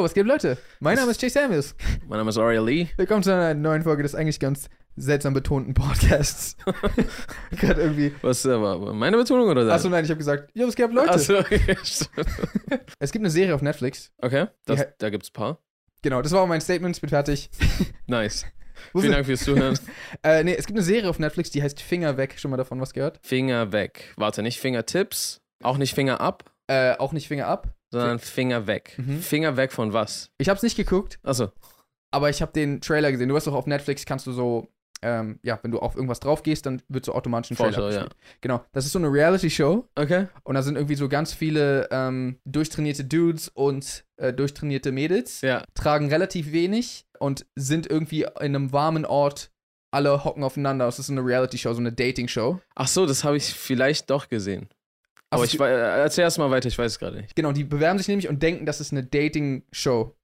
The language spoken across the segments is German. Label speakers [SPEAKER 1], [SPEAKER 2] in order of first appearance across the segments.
[SPEAKER 1] was geht, Leute? Mein Name ist Jay Samuels.
[SPEAKER 2] Mein Name ist Aria Lee.
[SPEAKER 1] Willkommen zu einer neuen Folge des eigentlich ganz seltsam betonten Podcasts. Gerade irgendwie.
[SPEAKER 2] Was äh, war war meine Betonung oder das?
[SPEAKER 1] Achso, nein, ich habe gesagt, ja, was geht, Leute? Es gibt eine Serie auf Netflix.
[SPEAKER 2] okay, das,
[SPEAKER 1] Ja.
[SPEAKER 2] da gibt's ein paar.
[SPEAKER 1] Genau, das war auch mein Statement, ich bin fertig.
[SPEAKER 2] Nice.
[SPEAKER 1] Wo
[SPEAKER 2] Vielen
[SPEAKER 1] sind-
[SPEAKER 2] Dank fürs Zuhören.
[SPEAKER 1] Äh, nee, es gibt eine Serie auf Netflix, die heißt Finger weg. Schon mal davon was gehört?
[SPEAKER 2] Finger weg. Warte, nicht Fingertips, auch nicht Finger ab,
[SPEAKER 1] Äh, auch nicht Finger ab.
[SPEAKER 2] sondern Finger weg.
[SPEAKER 1] Mhm.
[SPEAKER 2] Finger weg von was?
[SPEAKER 1] Ich habe es nicht geguckt,
[SPEAKER 2] Achso.
[SPEAKER 1] aber ich habe den Trailer gesehen. Du hast doch auf Netflix, kannst du so, ähm, ja, wenn du auf irgendwas drauf gehst, dann wird so automatisch ein Trailer
[SPEAKER 2] Vorschau, ja.
[SPEAKER 1] abgespielt. Genau, das ist so eine Reality-Show
[SPEAKER 2] Okay.
[SPEAKER 1] und da sind irgendwie so ganz viele ähm, durchtrainierte Dudes und äh, durchtrainierte Mädels,
[SPEAKER 2] Ja.
[SPEAKER 1] tragen relativ wenig und sind irgendwie in einem warmen Ort, alle hocken aufeinander. Es ist so eine Reality-Show, so eine Dating-Show.
[SPEAKER 2] Ach so, das habe ich vielleicht doch gesehen. Aber
[SPEAKER 1] Also
[SPEAKER 2] Oh, ich wei- äh, erzähl erst mal weiter, ich weiß es gerade nicht.
[SPEAKER 1] Genau, die bewerben sich nämlich und denken, das ist eine Dating-Show.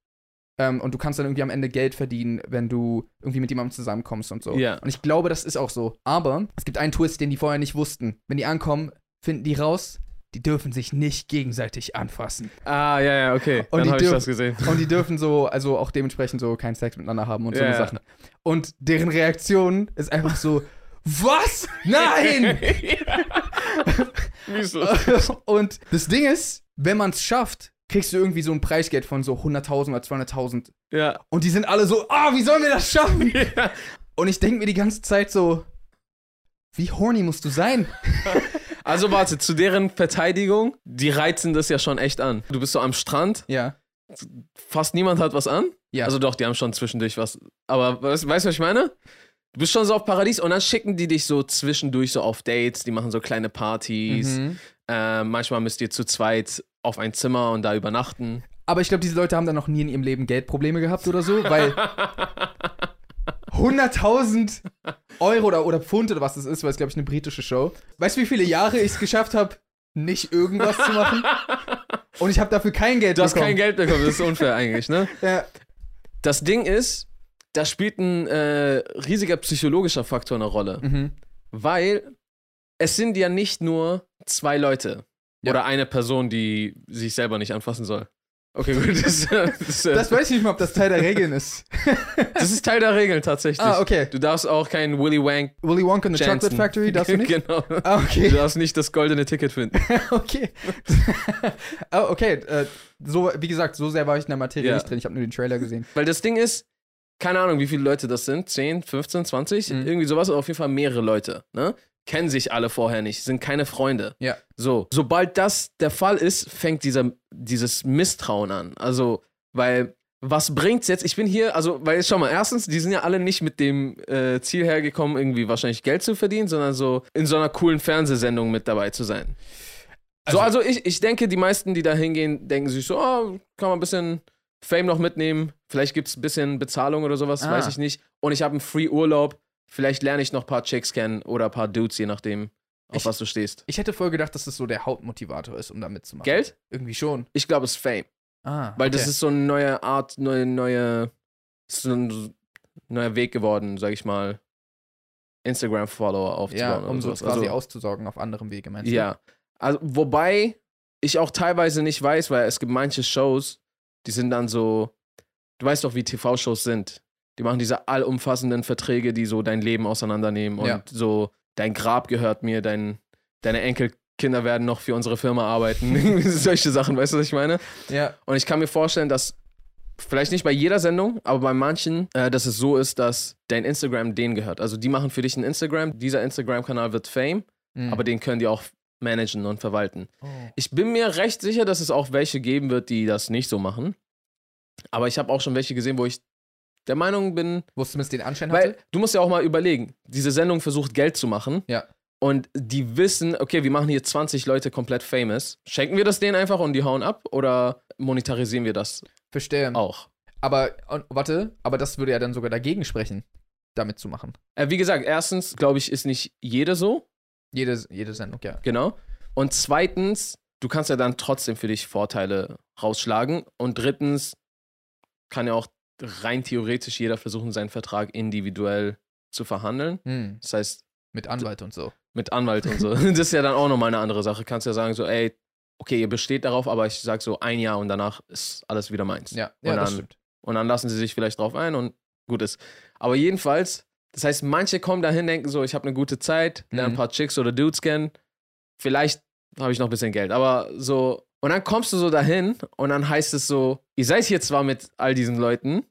[SPEAKER 1] Ähm, und du kannst dann irgendwie am Ende Geld verdienen, wenn du irgendwie mit jemandem zusammenkommst und so.
[SPEAKER 2] Ja.
[SPEAKER 1] Und ich glaube, das ist auch so. Aber es gibt einen Twist, den die vorher nicht wussten. Wenn die ankommen, finden die raus, die dürfen sich nicht gegenseitig anfassen.
[SPEAKER 2] Ah, ja, ja, okay.
[SPEAKER 1] Und
[SPEAKER 2] Dann
[SPEAKER 1] die
[SPEAKER 2] habe ich
[SPEAKER 1] dürfen-
[SPEAKER 2] das gesehen.
[SPEAKER 1] Und die dürfen so, also auch dementsprechend so keinen Sex miteinander haben und so
[SPEAKER 2] Ja,
[SPEAKER 1] eine
[SPEAKER 2] ja.
[SPEAKER 1] Sachen. Und deren Reaktion ist einfach so, was? Nein!
[SPEAKER 2] Wieso?
[SPEAKER 1] und das Ding ist, wenn man es schafft, kriegst du irgendwie so ein Preisgeld von so 100.000 oder 200.000
[SPEAKER 2] Ja.
[SPEAKER 1] Und die sind alle so, ah, wie sollen wir das schaffen?
[SPEAKER 2] ja.
[SPEAKER 1] Und ich denke mir die ganze Zeit so, wie horny musst du sein?
[SPEAKER 2] Also warte, zu deren Verteidigung, die reizen das ja schon echt an. Du bist so am Strand,
[SPEAKER 1] Ja.
[SPEAKER 2] fast niemand hat was an.
[SPEAKER 1] Ja.
[SPEAKER 2] Also doch, die haben schon zwischendurch was. Aber weißt weißt du, was ich meine? Du bist schon so auf Paradies und dann schicken die dich so zwischendurch so auf Dates, die machen so kleine Partys.
[SPEAKER 1] Mhm.
[SPEAKER 2] Äh, manchmal müsst ihr zu zweit auf ein Zimmer und da übernachten.
[SPEAKER 1] Aber ich glaube, diese Leute haben dann noch nie in ihrem Leben Geldprobleme gehabt oder so, weil 100.000 Euro oder, oder Pfund oder was das ist, weil es, glaube ich, eine britische Show. Weißt du, wie viele Jahre ich es geschafft habe, nicht irgendwas zu machen? Und ich habe dafür kein Geld
[SPEAKER 2] Du hast kein
[SPEAKER 1] bekommen.
[SPEAKER 2] Geld bekommen, das ist unfair eigentlich, ne?
[SPEAKER 1] Ja.
[SPEAKER 2] Das Ding ist, da spielt ein äh, riesiger psychologischer Faktor eine Rolle.
[SPEAKER 1] Mhm.
[SPEAKER 2] Weil es sind ja nicht nur zwei Leute
[SPEAKER 1] Ja.
[SPEAKER 2] oder eine Person, die sich selber nicht anfassen soll. Okay, gut. Das, das,
[SPEAKER 1] Das
[SPEAKER 2] das,
[SPEAKER 1] weiß ich nicht mal, ob das Teil der Regeln ist.
[SPEAKER 2] ist Teil der Regeln tatsächlich.
[SPEAKER 1] Ah, okay.
[SPEAKER 2] Du darfst auch keinen Willy Wank
[SPEAKER 1] Willy Wonka in the
[SPEAKER 2] Jansen.
[SPEAKER 1] Chocolate Factory, darfst du nicht?
[SPEAKER 2] genau.
[SPEAKER 1] Ah, okay.
[SPEAKER 2] Du darfst nicht das goldene Ticket finden.
[SPEAKER 1] Okay. oh, okay. Äh, so, wie gesagt, so sehr war ich in der Materie
[SPEAKER 2] Ja.
[SPEAKER 1] nicht drin. Ich habe nur den Trailer gesehen.
[SPEAKER 2] Weil das Ding ist, keine Ahnung, wie viele Leute das sind. 10, 15, 20,
[SPEAKER 1] Mhm.
[SPEAKER 2] irgendwie sowas. aber Auf jeden Fall mehrere Leute. Ne? Kennen sich alle vorher nicht, sind keine Freunde.
[SPEAKER 1] Ja.
[SPEAKER 2] So, sobald das der Fall ist, fängt dieser, dieses Misstrauen an. Also, weil, was bringt's jetzt? Ich bin hier, also, weil, schau mal, erstens, die sind ja alle nicht mit dem äh, Ziel hergekommen, irgendwie wahrscheinlich Geld zu verdienen, sondern so in so einer coolen Fernsehsendung mit dabei zu sein. so, also ich, ich denke, die meisten, die da hingehen, denken sich so, oh, kann man ein bisschen Fame noch mitnehmen, vielleicht gibt's ein bisschen Bezahlung oder sowas,
[SPEAKER 1] Ah.
[SPEAKER 2] weiß ich nicht. Und ich habe einen Free-Urlaub, vielleicht lerne ich noch ein paar Chicks kennen oder ein paar Dudes, je nachdem, auf
[SPEAKER 1] Ich-
[SPEAKER 2] was du stehst.
[SPEAKER 1] Ich hätte voll gedacht, dass das so der Hauptmotivator ist, um da mitzumachen.
[SPEAKER 2] Geld?
[SPEAKER 1] Irgendwie schon.
[SPEAKER 2] Ich glaube, es ist Fame.
[SPEAKER 1] Ah.
[SPEAKER 2] Weil das ist so eine neue Art, neue, neue, ist so ein neuer Weg geworden, sag ich mal, Instagram-Follower aufzubauen.
[SPEAKER 1] Ja,
[SPEAKER 2] oder
[SPEAKER 1] um so
[SPEAKER 2] sowas.
[SPEAKER 1] quasi
[SPEAKER 2] also,
[SPEAKER 1] auszusorgen auf anderem Wege, meinst du?
[SPEAKER 2] Ja. Also, wobei ich auch teilweise nicht weiß, weil es gibt manche Shows, die sind dann so, du weißt doch, wie TV-Shows sind. Die machen diese allumfassenden Verträge, die so dein Leben auseinandernehmen und
[SPEAKER 1] Ja.
[SPEAKER 2] so, dein Grab gehört mir, dein, deine Enkelkinder werden noch für unsere Firma arbeiten. Solche Sachen, weißt du, was ich meine?
[SPEAKER 1] Ja.
[SPEAKER 2] Und ich kann mir vorstellen, dass vielleicht nicht bei jeder Sendung, aber bei manchen, äh, dass es so ist, dass dein Instagram denen gehört. Also die machen für dich ein Instagram, dieser Instagram-Kanal wird Fame,
[SPEAKER 1] Mhm.
[SPEAKER 2] aber den können die auch managen und verwalten.
[SPEAKER 1] Oh.
[SPEAKER 2] Ich bin mir recht sicher, dass es auch welche geben wird, die das nicht so machen. Aber ich habe auch schon welche gesehen, wo ich der Meinung bin,
[SPEAKER 1] Wo es zumindest den Anschein
[SPEAKER 2] weil
[SPEAKER 1] hatte.
[SPEAKER 2] du musst ja auch mal überlegen, diese Sendung versucht Geld zu machen.
[SPEAKER 1] Ja.
[SPEAKER 2] Und die wissen, okay, wir machen hier 20 Leute komplett famous. Schenken wir das denen einfach und die hauen ab oder monetarisieren wir das
[SPEAKER 1] Verstehe.
[SPEAKER 2] auch?
[SPEAKER 1] Aber, und, warte, aber das würde ja dann sogar dagegen sprechen, damit zu machen.
[SPEAKER 2] Äh, wie gesagt, erstens, glaube ich, ist nicht jeder so,
[SPEAKER 1] Jede, jede Sendung, ja.
[SPEAKER 2] genau. Und zweitens, du kannst ja dann trotzdem für dich Vorteile rausschlagen. Und drittens, kann ja auch rein theoretisch jeder versuchen, seinen Vertrag individuell zu verhandeln.
[SPEAKER 1] Hm.
[SPEAKER 2] Das heißt,
[SPEAKER 1] Mit Anwalt und so.
[SPEAKER 2] mit Anwalt und so. Das ist ja dann auch nochmal eine andere Sache. Kannst ja sagen, so, ey, okay, ihr besteht darauf, aber ich sag so ein Jahr und danach ist alles wieder meins.
[SPEAKER 1] Ja,
[SPEAKER 2] Und
[SPEAKER 1] ja das
[SPEAKER 2] dann-
[SPEAKER 1] stimmt.
[SPEAKER 2] Und dann lassen sie sich vielleicht drauf ein und gut ist. Aber jedenfalls, das heißt, manche kommen dahin, denken so, ich habe eine gute Zeit, lerne ein
[SPEAKER 1] Mhm.
[SPEAKER 2] paar Chicks oder Dudes kennen, vielleicht habe ich noch ein bisschen Geld, aber so. Und dann kommst du so dahin und dann heißt es so, ihr seid hier zwar mit all diesen Leuten,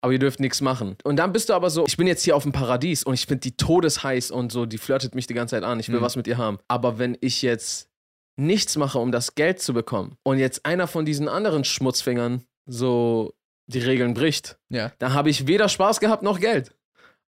[SPEAKER 2] aber ihr dürft nichts machen. Und dann bist du aber so, ich bin jetzt hier auf dem Paradies und ich finde die todesheiß und so, die flirtet mich die ganze Zeit an, ich will
[SPEAKER 1] Mhm.
[SPEAKER 2] was mit ihr haben. Aber wenn ich jetzt nichts mache, um das Geld zu bekommen und jetzt einer von diesen anderen Schmutzfingern so die Regeln bricht,
[SPEAKER 1] Ja.
[SPEAKER 2] dann habe ich weder Spaß gehabt noch Geld.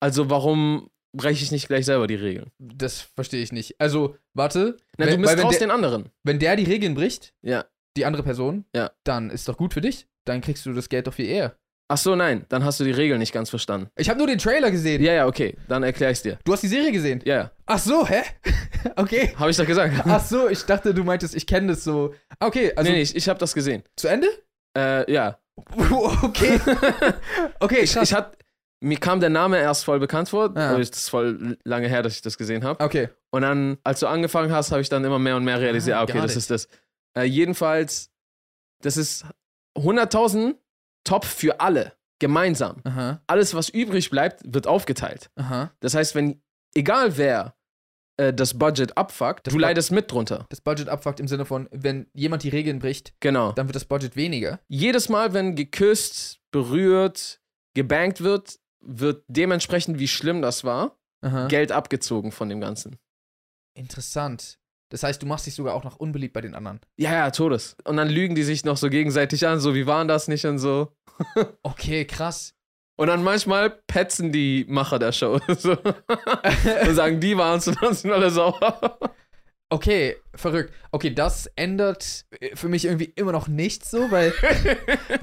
[SPEAKER 2] Also warum breche ich nicht gleich selber die Regeln?
[SPEAKER 1] Das verstehe ich nicht. Also, warte.
[SPEAKER 2] Na, du
[SPEAKER 1] Wenn- weil wenn
[SPEAKER 2] misstraust
[SPEAKER 1] der-
[SPEAKER 2] den anderen.
[SPEAKER 1] Wenn der die Regeln bricht,
[SPEAKER 2] Ja.
[SPEAKER 1] die andere Person,
[SPEAKER 2] Ja.
[SPEAKER 1] dann ist doch gut für dich. Dann kriegst du das Geld doch viel eher.
[SPEAKER 2] Ach so, nein, dann hast du die Regeln nicht ganz verstanden.
[SPEAKER 1] Ich habe nur den Trailer gesehen.
[SPEAKER 2] Ja, ja, okay, dann erkläre ich dir.
[SPEAKER 1] Du hast die Serie gesehen.
[SPEAKER 2] Ja, ja,
[SPEAKER 1] Ach so, hä? okay.
[SPEAKER 2] habe ich doch gesagt.
[SPEAKER 1] Ach so, ich dachte, du meintest, ich kenne das so. Ah, Okay, Ah, also
[SPEAKER 2] nee, nee, ich, ich habe das gesehen.
[SPEAKER 1] zu Ende?
[SPEAKER 2] Äh, ja.
[SPEAKER 1] okay. Okay,
[SPEAKER 2] Ich,
[SPEAKER 1] krass.
[SPEAKER 2] ich hat, mir kam der Name erst voll bekannt vor,
[SPEAKER 1] Ah.
[SPEAKER 2] aber es ist voll lange her, dass ich das gesehen habe.
[SPEAKER 1] okay.
[SPEAKER 2] Und dann, als du angefangen hast, habe ich dann immer mehr und mehr realisiert,
[SPEAKER 1] Ah,
[SPEAKER 2] ah, okay,
[SPEAKER 1] got
[SPEAKER 2] das
[SPEAKER 1] it.
[SPEAKER 2] ist das. Äh, jedenfalls, das ist 100.000 top für alle, gemeinsam.
[SPEAKER 1] Aha,
[SPEAKER 2] Alles, was übrig bleibt, wird aufgeteilt.
[SPEAKER 1] aha.
[SPEAKER 2] Das heißt, wenn, egal wer äh, das Budget abfuckt,
[SPEAKER 1] Das
[SPEAKER 2] du
[SPEAKER 1] Bud-
[SPEAKER 2] leidest mit drunter.
[SPEAKER 1] Das Budget abfuckt im Sinne von, wenn jemand die Regeln bricht,
[SPEAKER 2] Genau.
[SPEAKER 1] dann wird das Budget weniger.
[SPEAKER 2] Jedes Mal, wenn geküsst, berührt, gebankt wird, wird dementsprechend, wie schlimm das war,
[SPEAKER 1] Aha.
[SPEAKER 2] Geld abgezogen von dem Ganzen.
[SPEAKER 1] Interessant. Das heißt, du machst dich sogar auch noch unbeliebt bei den anderen.
[SPEAKER 2] Ja, ja, Todes. Und dann lügen die sich noch so gegenseitig an, so wie waren das nicht und so.
[SPEAKER 1] Okay, krass.
[SPEAKER 2] Und dann manchmal petzen die Macher der Show. So. und sagen, die waren es und dann sind alle sauer.
[SPEAKER 1] Okay, verrückt. Okay, das ändert äh, für mich irgendwie immer noch nichts so, weil,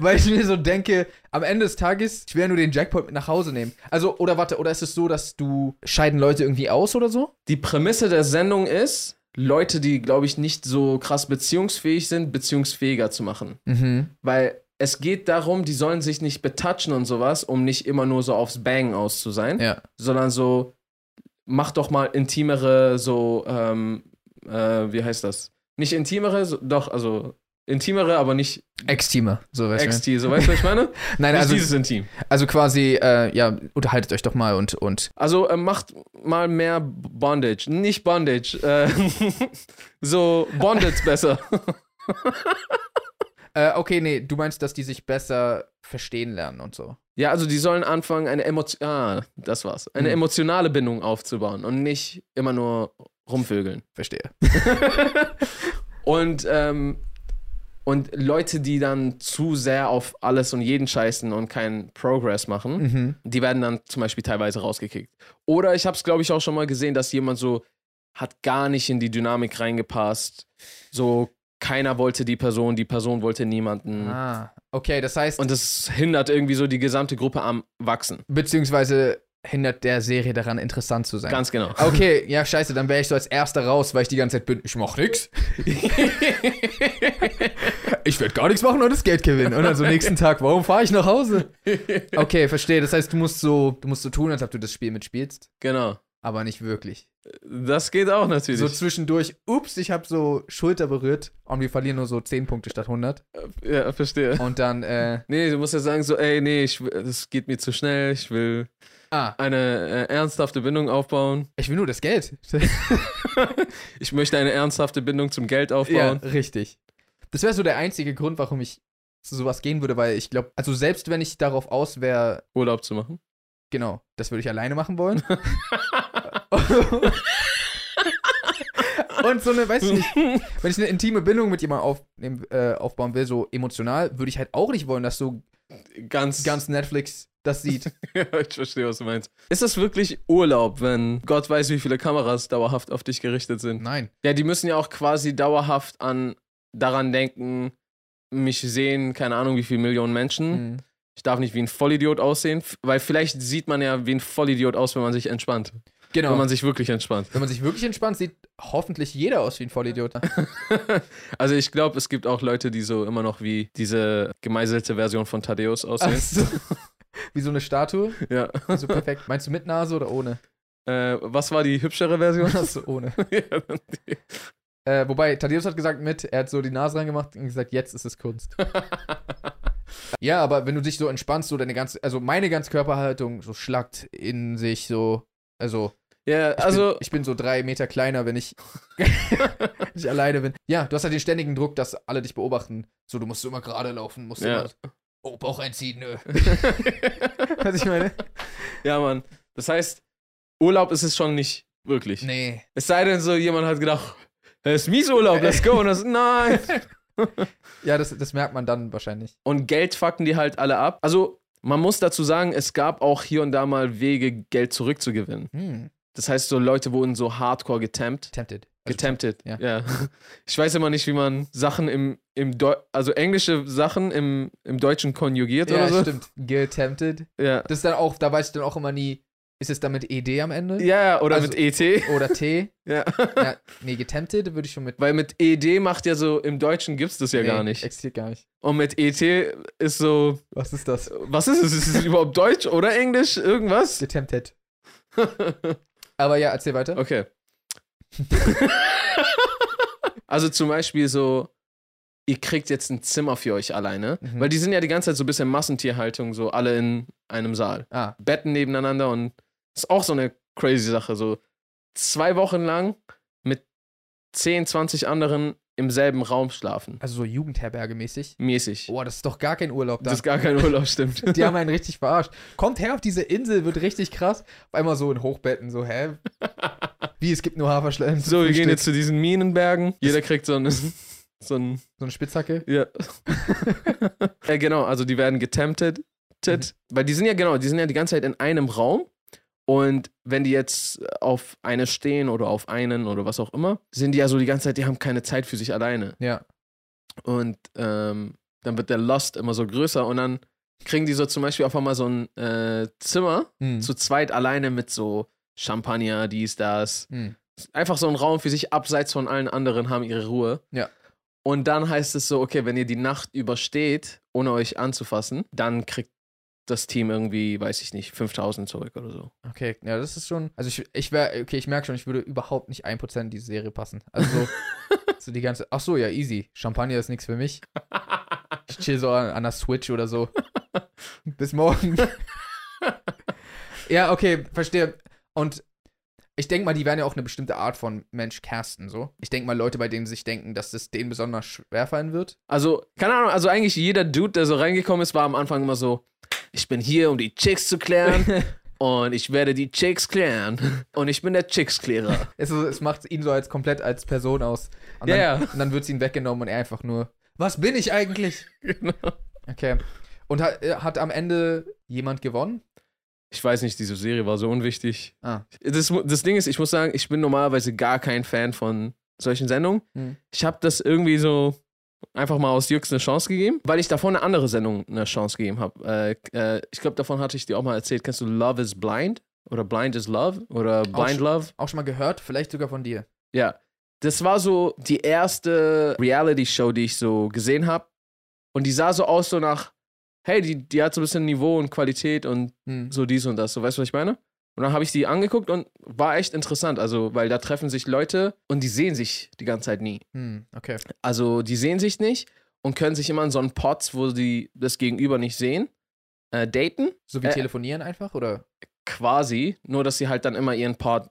[SPEAKER 1] weil ich mir so denke, am Ende des Tages, ich will ja nur den Jackpot mit nach Hause nehmen. Also, oder warte, oder ist es so, dass du scheiden Leute irgendwie aus oder so?
[SPEAKER 2] Die Prämisse der Sendung ist, Leute, die, glaube ich, nicht so krass beziehungsfähig sind, beziehungsfähiger zu machen.
[SPEAKER 1] Mhm.
[SPEAKER 2] Weil es geht darum, die sollen sich nicht betatschen und sowas, um nicht immer nur so aufs Bang aus zu sein,
[SPEAKER 1] Ja.
[SPEAKER 2] sondern so, mach doch mal intimere, so, ähm, äh, wie heißt das? Nicht intimere, so, doch, also intimere, aber nicht
[SPEAKER 1] Ex-Teamer, so weißt du.
[SPEAKER 2] XT, so weißt du, was ich meine? Nicht
[SPEAKER 1] Nein, also,
[SPEAKER 2] dieses Intim.
[SPEAKER 1] also quasi, äh, ja, unterhaltet euch doch mal und, und.
[SPEAKER 2] Also äh, macht mal mehr Bondage. Nicht Bondage. Äh, so Bondage besser.
[SPEAKER 1] Äh, okay, nee, du meinst, dass die sich besser verstehen lernen und so.
[SPEAKER 2] Ja, also die sollen anfangen, eine Emotion. Ah, das war's. Eine
[SPEAKER 1] Hm.
[SPEAKER 2] emotionale Bindung aufzubauen und nicht immer nur rumvögeln.
[SPEAKER 1] Verstehe.
[SPEAKER 2] Und, ähm, und Leute, die dann zu sehr auf alles und jeden scheißen und keinen Progress machen,
[SPEAKER 1] Mhm.
[SPEAKER 2] die werden dann zum Beispiel teilweise rausgekickt. Oder ich habe es, glaube ich, auch schon mal gesehen, dass jemand so hat gar nicht in die Dynamik reingepasst. So keiner wollte die Person, die Person wollte niemanden.
[SPEAKER 1] Ah, okay, das heißt,
[SPEAKER 2] Und das hindert irgendwie so die gesamte Gruppe am Wachsen.
[SPEAKER 1] beziehungsweise hindert der Serie daran, interessant zu sein.
[SPEAKER 2] Ganz genau.
[SPEAKER 1] Okay, ja, scheiße, dann wäre ich so als Erster raus, weil ich die ganze Zeit bin, ich mach nix. ich werde gar nichts machen und das Geld gewinnen. Und dann so nächsten Tag, warum fahre ich nach Hause? Okay, verstehe. Das heißt, du musst so, du musst so tun, als ob du das Spiel mitspielst,
[SPEAKER 2] Genau.
[SPEAKER 1] aber nicht wirklich.
[SPEAKER 2] Das geht auch natürlich.
[SPEAKER 1] So zwischendurch, ups, ich habe so Schulter berührt und wir verlieren nur so 10 Punkte statt 100.
[SPEAKER 2] ja, verstehe.
[SPEAKER 1] Und dann, äh,
[SPEAKER 2] Nee, du musst ja sagen, so, ey, nee, ich, w- das geht mir zu schnell, ich will
[SPEAKER 1] ah,
[SPEAKER 2] eine äh, ernsthafte Bindung aufbauen.
[SPEAKER 1] ich will nur das Geld.
[SPEAKER 2] Ich möchte eine ernsthafte Bindung zum Geld
[SPEAKER 1] Ja,
[SPEAKER 2] aufbauen.
[SPEAKER 1] richtig. Das wäre so der einzige Grund, warum ich zu sowas gehen würde, weil ich glaube, also selbst wenn ich darauf aus wäre,
[SPEAKER 2] Urlaub zu machen.
[SPEAKER 1] Genau, das würde ich alleine machen wollen. Und so eine, weiß ich nicht, wenn ich eine intime Bindung mit jemandem aufnehmen, äh, aufbauen will, so emotional, würde ich halt auch nicht wollen, dass so
[SPEAKER 2] Ganz,
[SPEAKER 1] ganz Netflix das sieht.
[SPEAKER 2] Ja, ich verstehe, was du meinst. Ist das wirklich Urlaub, wenn Gott weiß, wie viele Kameras dauerhaft auf dich gerichtet sind?
[SPEAKER 1] Nein.
[SPEAKER 2] Ja, die müssen ja auch quasi dauerhaft an daran denken, mich sehen, keine Ahnung, wie viele Millionen Menschen.
[SPEAKER 1] Mhm.
[SPEAKER 2] Ich darf nicht wie ein Vollidiot aussehen, f- weil vielleicht sieht man ja wie ein Vollidiot aus, wenn man sich entspannt.
[SPEAKER 1] Genau.
[SPEAKER 2] Wenn man sich wirklich entspannt.
[SPEAKER 1] sich wirklich entspannt, sieht hoffentlich jeder aus wie ein Vollidiot.
[SPEAKER 2] Also ich glaube, es gibt auch Leute, die so immer noch wie diese gemeißelte Version von Thaddeus aussehen.
[SPEAKER 1] Also, wie so eine Statue.
[SPEAKER 2] Ja.
[SPEAKER 1] So perfekt. Meinst du mit Nase oder ohne?
[SPEAKER 2] Äh, was war die hübschere Version?
[SPEAKER 1] Achso, ohne.
[SPEAKER 2] Ja, die-
[SPEAKER 1] Äh, wobei, Thaddeus hat gesagt mit, er hat so die Nase reingemacht und gesagt, jetzt ist es Kunst. ja, aber wenn du dich so entspannst, so deine ganze, also meine ganze Körperhaltung so schlackt in sich so, also
[SPEAKER 2] Ja,
[SPEAKER 1] ich
[SPEAKER 2] also
[SPEAKER 1] bin, ich bin so drei Meter kleiner, wenn ich, wenn ich alleine bin. Ja, du hast halt den ständigen Druck, dass alle dich beobachten. So, du musst immer gerade laufen, musst
[SPEAKER 2] Ja.
[SPEAKER 1] immer oh, Bauch einziehen, nö. Was ich meine?
[SPEAKER 2] ja, Mann. Das heißt, Urlaub ist es schon nicht wirklich.
[SPEAKER 1] Nee.
[SPEAKER 2] Es sei denn so, jemand hat gedacht, es ist Miesurlaub, let's go. Und das, nein.
[SPEAKER 1] Ja, das, das merkt man dann wahrscheinlich.
[SPEAKER 2] Und Geld fucken die halt alle ab. Also, man muss dazu sagen, es gab auch hier und da mal Wege, Geld zurückzugewinnen.
[SPEAKER 1] Hm,
[SPEAKER 2] Das heißt, so Leute wurden so hardcore getempt.
[SPEAKER 1] tempted. Also,
[SPEAKER 2] Getemptet,
[SPEAKER 1] ja.
[SPEAKER 2] ja. Ich weiß immer nicht, wie man Sachen im, im Deu also englische Sachen im, im Deutschen konjugiert
[SPEAKER 1] ja,
[SPEAKER 2] oder so.
[SPEAKER 1] stimmt. Getempted.
[SPEAKER 2] Ja.
[SPEAKER 1] Das ist dann auch, da weiß ich dann auch immer nie, ist es damit ED am Ende?
[SPEAKER 2] ja, ja, oder
[SPEAKER 1] Also-
[SPEAKER 2] mit ET.
[SPEAKER 1] Oder T?
[SPEAKER 2] Ja.
[SPEAKER 1] ja, nee, getempted würde ich schon mit.
[SPEAKER 2] Weil mit ED macht ja so, im Deutschen gibt's das ja
[SPEAKER 1] nee,
[SPEAKER 2] gar nicht.
[SPEAKER 1] Existiert gar nicht.
[SPEAKER 2] Und mit ET ist so,
[SPEAKER 1] Was ist das?
[SPEAKER 2] was ist es? Ist es überhaupt Deutsch oder Englisch? Irgendwas?
[SPEAKER 1] Getempted. Aber ja, erzähl weiter.
[SPEAKER 2] Okay. also zum Beispiel so, ihr kriegt jetzt ein Zimmer für euch alleine,
[SPEAKER 1] Mhm.
[SPEAKER 2] weil die sind ja die ganze Zeit so ein bisschen Massentierhaltung, so alle in einem Saal.
[SPEAKER 1] Ah,
[SPEAKER 2] Betten nebeneinander und ist auch so eine crazy Sache. So zwei Wochen lang mit 10, 20 anderen im selben Raum schlafen.
[SPEAKER 1] also so Jugendherberge mäßig.
[SPEAKER 2] Mäßig.
[SPEAKER 1] Boah, das ist doch gar kein Urlaub da.
[SPEAKER 2] Das ist gar kein Urlaub, stimmt.
[SPEAKER 1] Oh, Die haben einen richtig verarscht. Kommt her auf diese Insel, wird richtig krass. Auf einmal so in Hochbetten, so, hä? Wie, es gibt nur Haferschleim. zum
[SPEAKER 2] So, wir gehen
[SPEAKER 1] Frühstück. Mhm.
[SPEAKER 2] jetzt zu diesen Minenbergen. Jeder kriegt so ein, so ein
[SPEAKER 1] So eine Spitzhacke.
[SPEAKER 2] Ja. ja, genau, also die werden getemptet.
[SPEAKER 1] Mhm.
[SPEAKER 2] tet. Weil die sind ja genau, die sind ja die ganze Zeit in einem Raum. Und wenn die jetzt auf eine stehen oder auf einen oder was auch immer, sind die ja so die ganze Zeit, die haben keine Zeit für sich alleine.
[SPEAKER 1] Ja.
[SPEAKER 2] Und ähm, dann wird der Lust immer so größer und dann kriegen die so zum Beispiel auf einmal so ein äh, Zimmer
[SPEAKER 1] Hm.
[SPEAKER 2] zu zweit alleine mit so Champagner, dies, das
[SPEAKER 1] Hm.
[SPEAKER 2] einfach so einen Raum für sich, abseits von allen anderen, haben ihre Ruhe.
[SPEAKER 1] Ja.
[SPEAKER 2] Und dann heißt es so, okay, wenn ihr die Nacht übersteht, ohne euch anzufassen, dann kriegt das Team irgendwie, weiß ich nicht, 5000 zurück oder so.
[SPEAKER 1] Okay, ja, das ist schon. Also ich, ich wäre, okay, ich merke schon, ich würde überhaupt nicht 1% in diese Serie passen. Also so, so die ganze. Ach so, ja, easy. Champagner ist nichts für mich. Ich chill so an, an der Switch oder so. Bis morgen. ja, okay, verstehe. Und ich denke mal, die werden ja auch eine bestimmte Art von Mensch casten, so. Ich denke mal, Leute, bei denen sich denken, dass das denen besonders schwer fallen wird.
[SPEAKER 2] Also, keine Ahnung, also eigentlich jeder Dude, der so reingekommen ist, war am Anfang immer so, ich bin hier, um die Chicks zu klären. und ich werde die Chicks klären. Und ich bin der Chicks-Klärer.
[SPEAKER 1] Es, ist- es macht ihn so als komplett als Person aus. Und
[SPEAKER 2] Ja,
[SPEAKER 1] dann,
[SPEAKER 2] ja.
[SPEAKER 1] und dann wird es ihm weggenommen und er einfach nur, was bin ich eigentlich?
[SPEAKER 2] Genau.
[SPEAKER 1] Okay. Und hat, äh, hat am Ende jemand gewonnen?
[SPEAKER 2] Ich weiß nicht, diese Serie war so unwichtig.
[SPEAKER 1] Ah.
[SPEAKER 2] Das, mu- das Ding ist, ich muss sagen, ich bin normalerweise gar kein Fan von solchen Sendungen.
[SPEAKER 1] Hm.
[SPEAKER 2] Ich habe das irgendwie so einfach mal aus Jux eine Chance gegeben, weil ich davon eine andere Sendung eine Chance gegeben habe. Äh, äh, ich glaube, davon hatte ich dir auch mal erzählt. Kennst du Love is Blind? Oder Blind is Love? Oder Blind Love?
[SPEAKER 1] Auch schon mal gehört, vielleicht sogar von dir.
[SPEAKER 2] Ja. Das war so die erste Reality-Show, die ich so gesehen habe. Und die sah so aus, so nach, hey, die, die hat so ein bisschen Niveau und Qualität und
[SPEAKER 1] Hm.
[SPEAKER 2] so dies und das, so weißt du, was ich meine? Und dann habe ich die angeguckt und war echt interessant, also weil da treffen sich Leute und die sehen sich die ganze Zeit nie.
[SPEAKER 1] Hm, okay.
[SPEAKER 2] Also die sehen sich nicht und können sich immer in so einen Pots, wo sie das Gegenüber nicht sehen, äh, daten,
[SPEAKER 1] So wie
[SPEAKER 2] Äh,
[SPEAKER 1] telefonieren einfach, oder?
[SPEAKER 2] quasi, nur dass sie halt dann immer ihren Part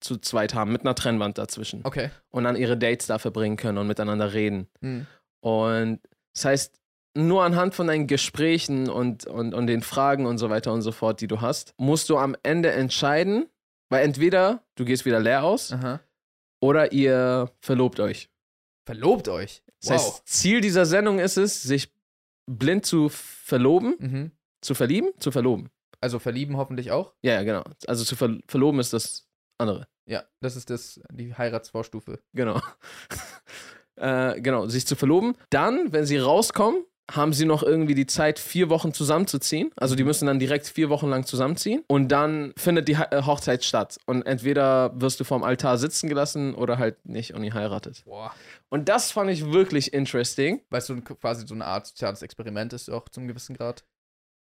[SPEAKER 2] zu zweit haben, mit einer Trennwand dazwischen
[SPEAKER 1] Okay.
[SPEAKER 2] und dann ihre Dates da verbringen können und miteinander reden.
[SPEAKER 1] Hm.
[SPEAKER 2] Und das heißt, nur anhand von deinen Gesprächen und, und, und den Fragen und so weiter und so fort, die du hast, musst du am Ende entscheiden, weil entweder du gehst wieder leer aus
[SPEAKER 1] Aha.
[SPEAKER 2] oder ihr verlobt euch.
[SPEAKER 1] Verlobt euch.
[SPEAKER 2] Das heißt, Ziel dieser Sendung ist es, sich blind zu verloben,
[SPEAKER 1] mhm.
[SPEAKER 2] zu verlieben, zu verloben.
[SPEAKER 1] Also verlieben hoffentlich auch.
[SPEAKER 2] Ja, ja, genau. Also zu ver verloben ist das andere.
[SPEAKER 1] Ja, das ist das, die Heiratsvorstufe.
[SPEAKER 2] Genau. äh, genau, sich zu verloben. Dann, wenn sie rauskommen, haben sie noch irgendwie die Zeit, vier Wochen zusammenzuziehen. Also die müssen dann direkt vier Wochen lang zusammenziehen. Und dann findet die He- äh, Hochzeit statt. Und entweder wirst du vom Altar sitzen gelassen oder halt nicht und ihr heiratet.
[SPEAKER 1] Boah.
[SPEAKER 2] Und das fand ich wirklich interesting.
[SPEAKER 1] Weil es so ein, quasi so eine Art soziales Experiment ist, auch zum gewissen Grad.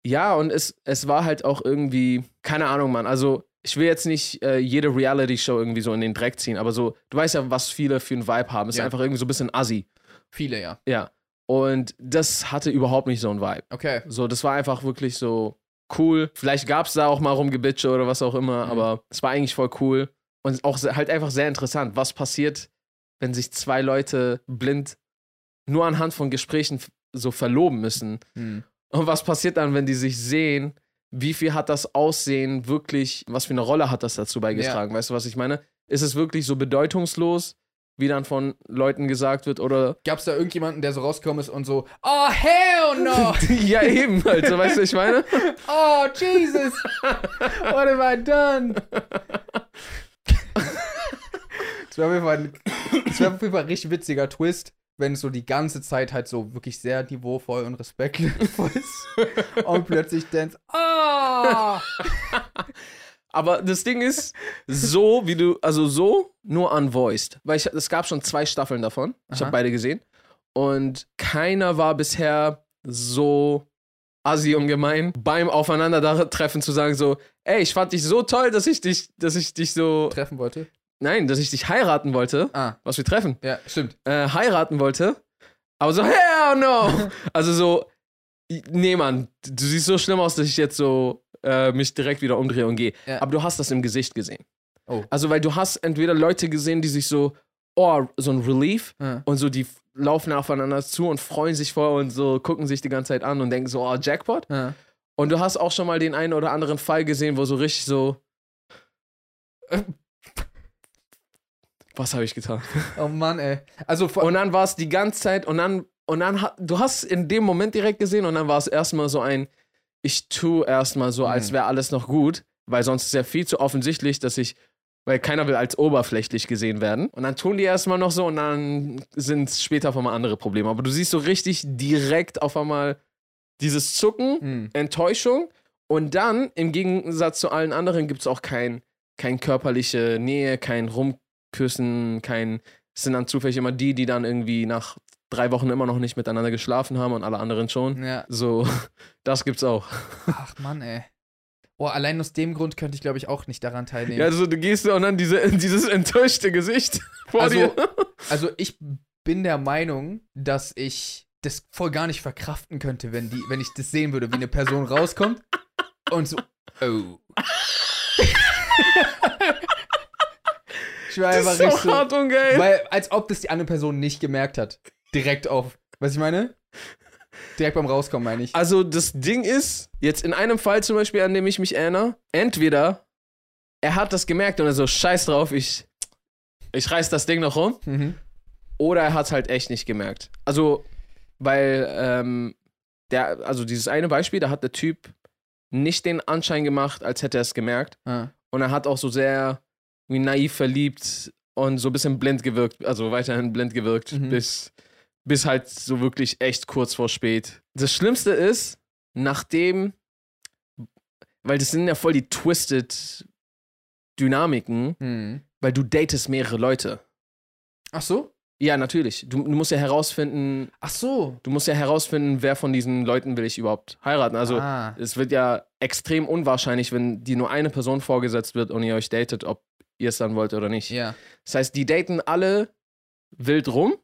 [SPEAKER 2] Ja, und es, es war halt auch irgendwie, keine Ahnung, Mann. Also ich will jetzt nicht äh, jede Reality-Show irgendwie so in den Dreck ziehen, aber so, du weißt ja, was viele für einen Vibe haben. Ist
[SPEAKER 1] Ja.
[SPEAKER 2] einfach irgendwie so ein bisschen assi.
[SPEAKER 1] Viele, ja.
[SPEAKER 2] Ja. Und das hatte überhaupt nicht so einen Vibe.
[SPEAKER 1] Okay.
[SPEAKER 2] So, das war einfach wirklich so cool. Vielleicht gab es da auch mal rumgebitsche oder was auch immer,
[SPEAKER 1] Mhm.
[SPEAKER 2] aber es war eigentlich voll cool. Und auch se- halt einfach sehr interessant, was passiert, wenn sich zwei Leute blind nur anhand von Gesprächen f- so verloben müssen.
[SPEAKER 1] Hm.
[SPEAKER 2] Und was passiert dann, wenn die sich sehen? Wie viel hat das Aussehen wirklich, was für eine Rolle hat das dazu beigetragen? Weißt du, was ich meine? Ist es wirklich so bedeutungslos, wie dann von Leuten gesagt wird? Oder.
[SPEAKER 1] Gab's da irgendjemanden, der so rausgekommen ist und so, oh, hell no!
[SPEAKER 2] ja, eben, also, weißt du, ich meine?
[SPEAKER 1] Oh, Jesus! What have I done? Das wäre auf, jeden Fall ein- das wär auf jeden Fall ein richtig witziger Twist, wenn es so die ganze Zeit halt so wirklich sehr niveauvoll und respektvoll ist. Und plötzlich Dance. Oh!
[SPEAKER 2] Aber das Ding ist, so wie du, also so nur unvoiced. Weil ich, es gab schon zwei Staffeln davon. Ich
[SPEAKER 1] Aha.
[SPEAKER 2] habe beide gesehen. Und keiner war bisher so assi und gemein beim Aufeinandertreffen zu sagen so, ey, ich fand dich so toll, dass ich dich, dass ich dich so,
[SPEAKER 1] Treffen wollte.
[SPEAKER 2] nein, dass ich dich heiraten wollte,
[SPEAKER 1] Ah,
[SPEAKER 2] was wir treffen,
[SPEAKER 1] ja, stimmt.
[SPEAKER 2] äh, heiraten wollte. Aber so, hell no! also so, nee, Mann, du siehst so schlimm aus, dass ich jetzt so äh, mich direkt wieder umdrehe und gehe.
[SPEAKER 1] Ja.
[SPEAKER 2] Aber du hast das im Gesicht gesehen.
[SPEAKER 1] Oh.
[SPEAKER 2] Also, weil du hast entweder Leute gesehen, die sich so, oh, so ein Relief
[SPEAKER 1] Ah.
[SPEAKER 2] und so, die f- laufen aufeinander zu und freuen sich vor und so, gucken sich die ganze Zeit an und denken so, oh, Jackpot.
[SPEAKER 1] Ah.
[SPEAKER 2] Und du hast auch schon mal den einen oder anderen Fall gesehen, wo so richtig so, äh, was habe ich getan?
[SPEAKER 1] Oh Mann, ey. Also, vor-
[SPEAKER 2] Und dann war es die ganze Zeit und dann, und dann, ha- du hast in dem Moment direkt gesehen und dann war es erstmal so ein, ich tue erstmal so, als
[SPEAKER 1] Mhm.
[SPEAKER 2] wäre alles noch gut, weil sonst ist ja viel zu offensichtlich, dass ich, weil keiner will als oberflächlich gesehen werden. Und dann tun die erstmal noch so und dann sind es später auf einmal andere Probleme. Aber du siehst so richtig direkt auf einmal dieses Zucken,
[SPEAKER 1] Hm.
[SPEAKER 2] Enttäuschung und dann, im Gegensatz zu allen anderen, gibt es auch kein, kein körperliche Nähe, kein Rumküssen, kein. Es sind dann zufällig immer die, die dann irgendwie nach drei Wochen immer noch nicht miteinander geschlafen haben und alle anderen schon.
[SPEAKER 1] ja.
[SPEAKER 2] So, das gibt's auch.
[SPEAKER 1] Ach Mann, ey. Oh, allein aus dem Grund könnte ich, glaube ich, auch nicht daran teilnehmen.
[SPEAKER 2] Ja, also du gehst da und dann diese, dieses enttäuschte Gesicht vor
[SPEAKER 1] Also-
[SPEAKER 2] dir.
[SPEAKER 1] Also ich bin der Meinung, dass ich das voll gar nicht verkraften könnte, wenn, die, wenn ich das sehen würde, wie eine Person rauskommt und so, oh. ich war
[SPEAKER 2] Das
[SPEAKER 1] einfach
[SPEAKER 2] ist so
[SPEAKER 1] richtig so,
[SPEAKER 2] hart und geil.
[SPEAKER 1] weil als ob das die andere Person nicht gemerkt hat. Direkt auf, was ich meine? Direkt beim Rauskommen meine ich.
[SPEAKER 2] Also das Ding ist, jetzt in einem Fall zum Beispiel, an dem ich mich erinnere, entweder er hat das gemerkt und er so, scheiß drauf, ich, ich reiß das Ding noch rum,
[SPEAKER 1] Mhm.
[SPEAKER 2] oder er hat es halt echt nicht gemerkt. Also, weil, ähm, der, also dieses eine Beispiel, da hat der Typ nicht den Anschein gemacht, als hätte er es gemerkt.
[SPEAKER 1] Ah.
[SPEAKER 2] Und er hat auch so sehr wie naiv verliebt und so ein bisschen blind gewirkt, also weiterhin blind gewirkt,
[SPEAKER 1] Mhm.
[SPEAKER 2] bis, bis halt so wirklich echt kurz vor spät. Das Schlimmste ist, nachdem, weil das sind ja voll die twisted Dynamiken,
[SPEAKER 1] Hm.
[SPEAKER 2] weil du datest mehrere Leute.
[SPEAKER 1] Ach so?
[SPEAKER 2] Ja, natürlich. Du, du musst ja herausfinden,
[SPEAKER 1] Ach so.
[SPEAKER 2] du musst ja herausfinden, wer von diesen Leuten will ich überhaupt heiraten. Also
[SPEAKER 1] ah.
[SPEAKER 2] es wird ja extrem unwahrscheinlich, wenn die nur eine Person vorgesetzt wird und ihr euch datet, ob ihr es dann wollt oder nicht.
[SPEAKER 1] ja.
[SPEAKER 2] Das heißt, die daten alle wild rum.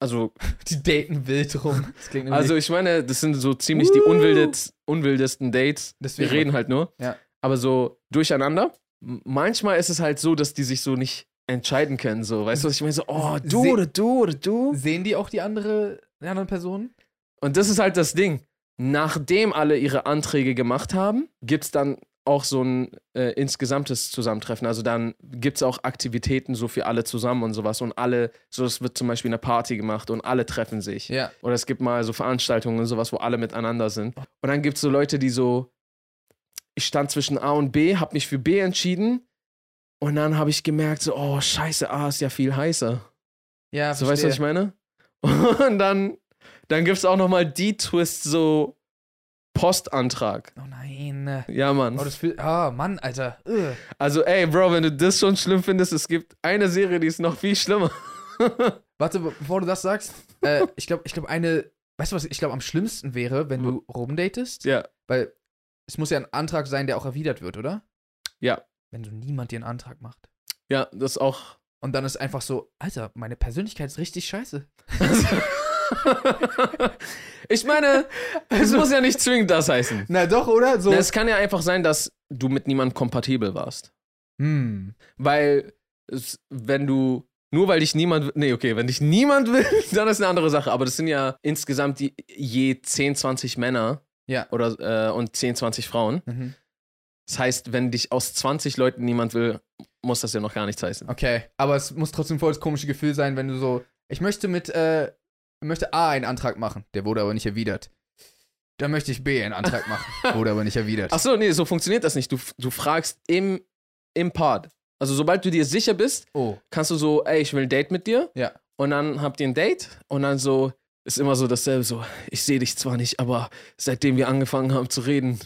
[SPEAKER 2] Also,
[SPEAKER 1] Die daten wild rum. Das klingt
[SPEAKER 2] also ich meine, das sind so ziemlich die
[SPEAKER 1] Woo!
[SPEAKER 2] unwildet, unwildesten Dates. Wir
[SPEAKER 1] deswegen
[SPEAKER 2] reden halt nur.
[SPEAKER 1] Ja.
[SPEAKER 2] Aber so durcheinander. M- Manchmal ist es halt so, dass die sich so nicht entscheiden können. So, weißt du, was ich meine? So, oh, du
[SPEAKER 1] Sie-
[SPEAKER 2] oder du oder du.
[SPEAKER 1] Sehen die auch die andere die anderen Personen?
[SPEAKER 2] Und das ist halt das Ding. Nachdem alle ihre Anträge gemacht haben, gibt es dann auch so ein äh, insgesamtes Zusammentreffen. Also dann gibt es auch Aktivitäten so für alle zusammen und sowas. Und alle, so es wird zum Beispiel eine Party gemacht und alle treffen sich.
[SPEAKER 1] Ja.
[SPEAKER 2] Oder es gibt mal so Veranstaltungen und sowas, wo alle miteinander sind. Und dann gibt es so Leute, die so, ich stand zwischen A und B, habe mich für B entschieden. Und dann habe ich gemerkt, so, oh, scheiße, A ist ja viel heißer.
[SPEAKER 1] Ja,
[SPEAKER 2] So, weißt du, was ich meine? Und dann, dann gibt es auch nochmal die Twist, so Postantrag.
[SPEAKER 1] Oh nein.
[SPEAKER 2] Ja, Mann.
[SPEAKER 1] Oh, das fühlt. Ah, Mann, Alter. Ugh.
[SPEAKER 2] Also, ey, Bro, wenn du das schon schlimm findest, es gibt eine Serie, die ist noch viel schlimmer.
[SPEAKER 1] Warte, be- bevor du das sagst, äh, ich glaube, ich glaube, eine. Weißt du, was ich glaube, am schlimmsten wäre, wenn du rumdatest?
[SPEAKER 2] ja.
[SPEAKER 1] Weil es muss ja ein Antrag sein, der auch erwidert wird, oder?
[SPEAKER 2] Ja.
[SPEAKER 1] Wenn so niemand dir einen Antrag macht.
[SPEAKER 2] Ja, das ist auch.
[SPEAKER 1] Und dann ist einfach so, Alter, meine Persönlichkeit ist richtig scheiße.
[SPEAKER 2] ich meine, es muss ja nicht zwingend das heißen.
[SPEAKER 1] Na doch, oder? Also So.
[SPEAKER 2] Na, Es kann ja einfach sein, dass du mit niemandem kompatibel warst.
[SPEAKER 1] hm.
[SPEAKER 2] Weil, es, wenn du. Nur weil dich niemand. Nee, okay, wenn dich niemand will, dann ist eine andere Sache. Aber das sind ja insgesamt die, je 10, 20 Männer
[SPEAKER 1] Ja.
[SPEAKER 2] oder, äh, und 10, 20 Frauen.
[SPEAKER 1] Mhm.
[SPEAKER 2] Das heißt, wenn dich aus 20 Leuten niemand will, muss das ja noch gar nichts heißen.
[SPEAKER 1] Okay. Aber es muss trotzdem voll das komische Gefühl sein, wenn du so, ich möchte mit, äh, ich möchte A einen Antrag machen, der wurde aber nicht erwidert. Dann möchte ich B einen Antrag machen, wurde aber nicht erwidert.
[SPEAKER 2] Achso, nee, so funktioniert das nicht. Du, du fragst im, im Pod. Also, sobald du dir sicher bist,
[SPEAKER 1] Oh.
[SPEAKER 2] kannst du so, ey, ich will ein Date mit dir.
[SPEAKER 1] Ja.
[SPEAKER 2] Und dann habt ihr ein Date und dann so, ist immer so dasselbe, so, ich sehe dich zwar nicht, aber seitdem wir angefangen haben zu reden,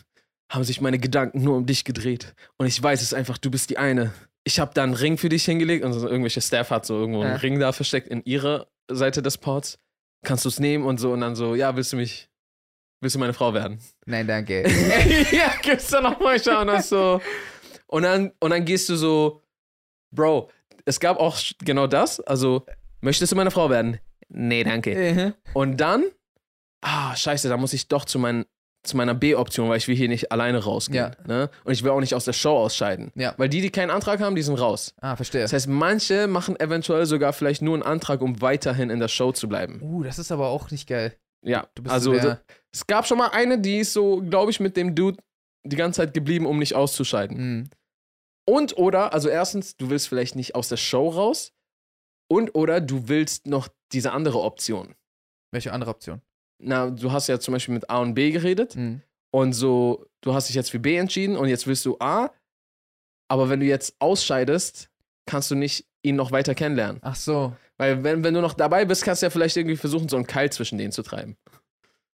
[SPEAKER 2] haben sich meine Gedanken nur um dich gedreht. Und ich weiß es einfach, du bist die eine. Ich habe da einen Ring für dich hingelegt und so irgendwelche Staff hat so irgendwo
[SPEAKER 1] Ja.
[SPEAKER 2] einen Ring da versteckt in ihrer Seite des Ports. Kannst du es nehmen und so und dann so, ja, willst du mich, willst du meine Frau werden?
[SPEAKER 1] Nein, danke.
[SPEAKER 2] ja, gibt's da noch mal schauen, das so. Und dann, und dann gehst du so, Bro, es gab auch sch- genau das. Also, möchtest du meine Frau werden? Nee, danke.
[SPEAKER 1] Mhm.
[SPEAKER 2] Und dann, ah, scheiße, da muss ich doch zu, mein, zu meiner B-Option, weil ich will hier nicht alleine rausgehen. Ne? Und ich will auch nicht aus der Show ausscheiden.
[SPEAKER 1] Ja.
[SPEAKER 2] Weil die, die keinen Antrag haben, die sind raus.
[SPEAKER 1] ah, verstehe.
[SPEAKER 2] Das heißt, manche machen eventuell sogar vielleicht nur einen Antrag, um weiterhin in der Show zu bleiben.
[SPEAKER 1] Uh, das ist aber auch nicht geil.
[SPEAKER 2] Ja,
[SPEAKER 1] Du bist
[SPEAKER 2] also
[SPEAKER 1] so der,
[SPEAKER 2] es gab schon mal eine, die ist so, glaube ich, mit dem Dude die ganze Zeit geblieben, um nicht auszuscheiden.
[SPEAKER 1] Mm.
[SPEAKER 2] Und oder, also erstens, du willst vielleicht nicht aus der Show raus. Und oder du willst noch diese andere Option.
[SPEAKER 1] Welche andere Option?
[SPEAKER 2] Na, du hast ja zum Beispiel mit A und B geredet
[SPEAKER 1] Mm.
[SPEAKER 2] und so, du hast dich jetzt für B entschieden und jetzt willst du A. Aber wenn du jetzt ausscheidest, kannst du nicht ihn noch weiter kennenlernen.
[SPEAKER 1] Ach so.
[SPEAKER 2] Weil wenn, wenn du noch dabei bist, kannst du ja vielleicht irgendwie versuchen, so einen Keil zwischen denen zu treiben.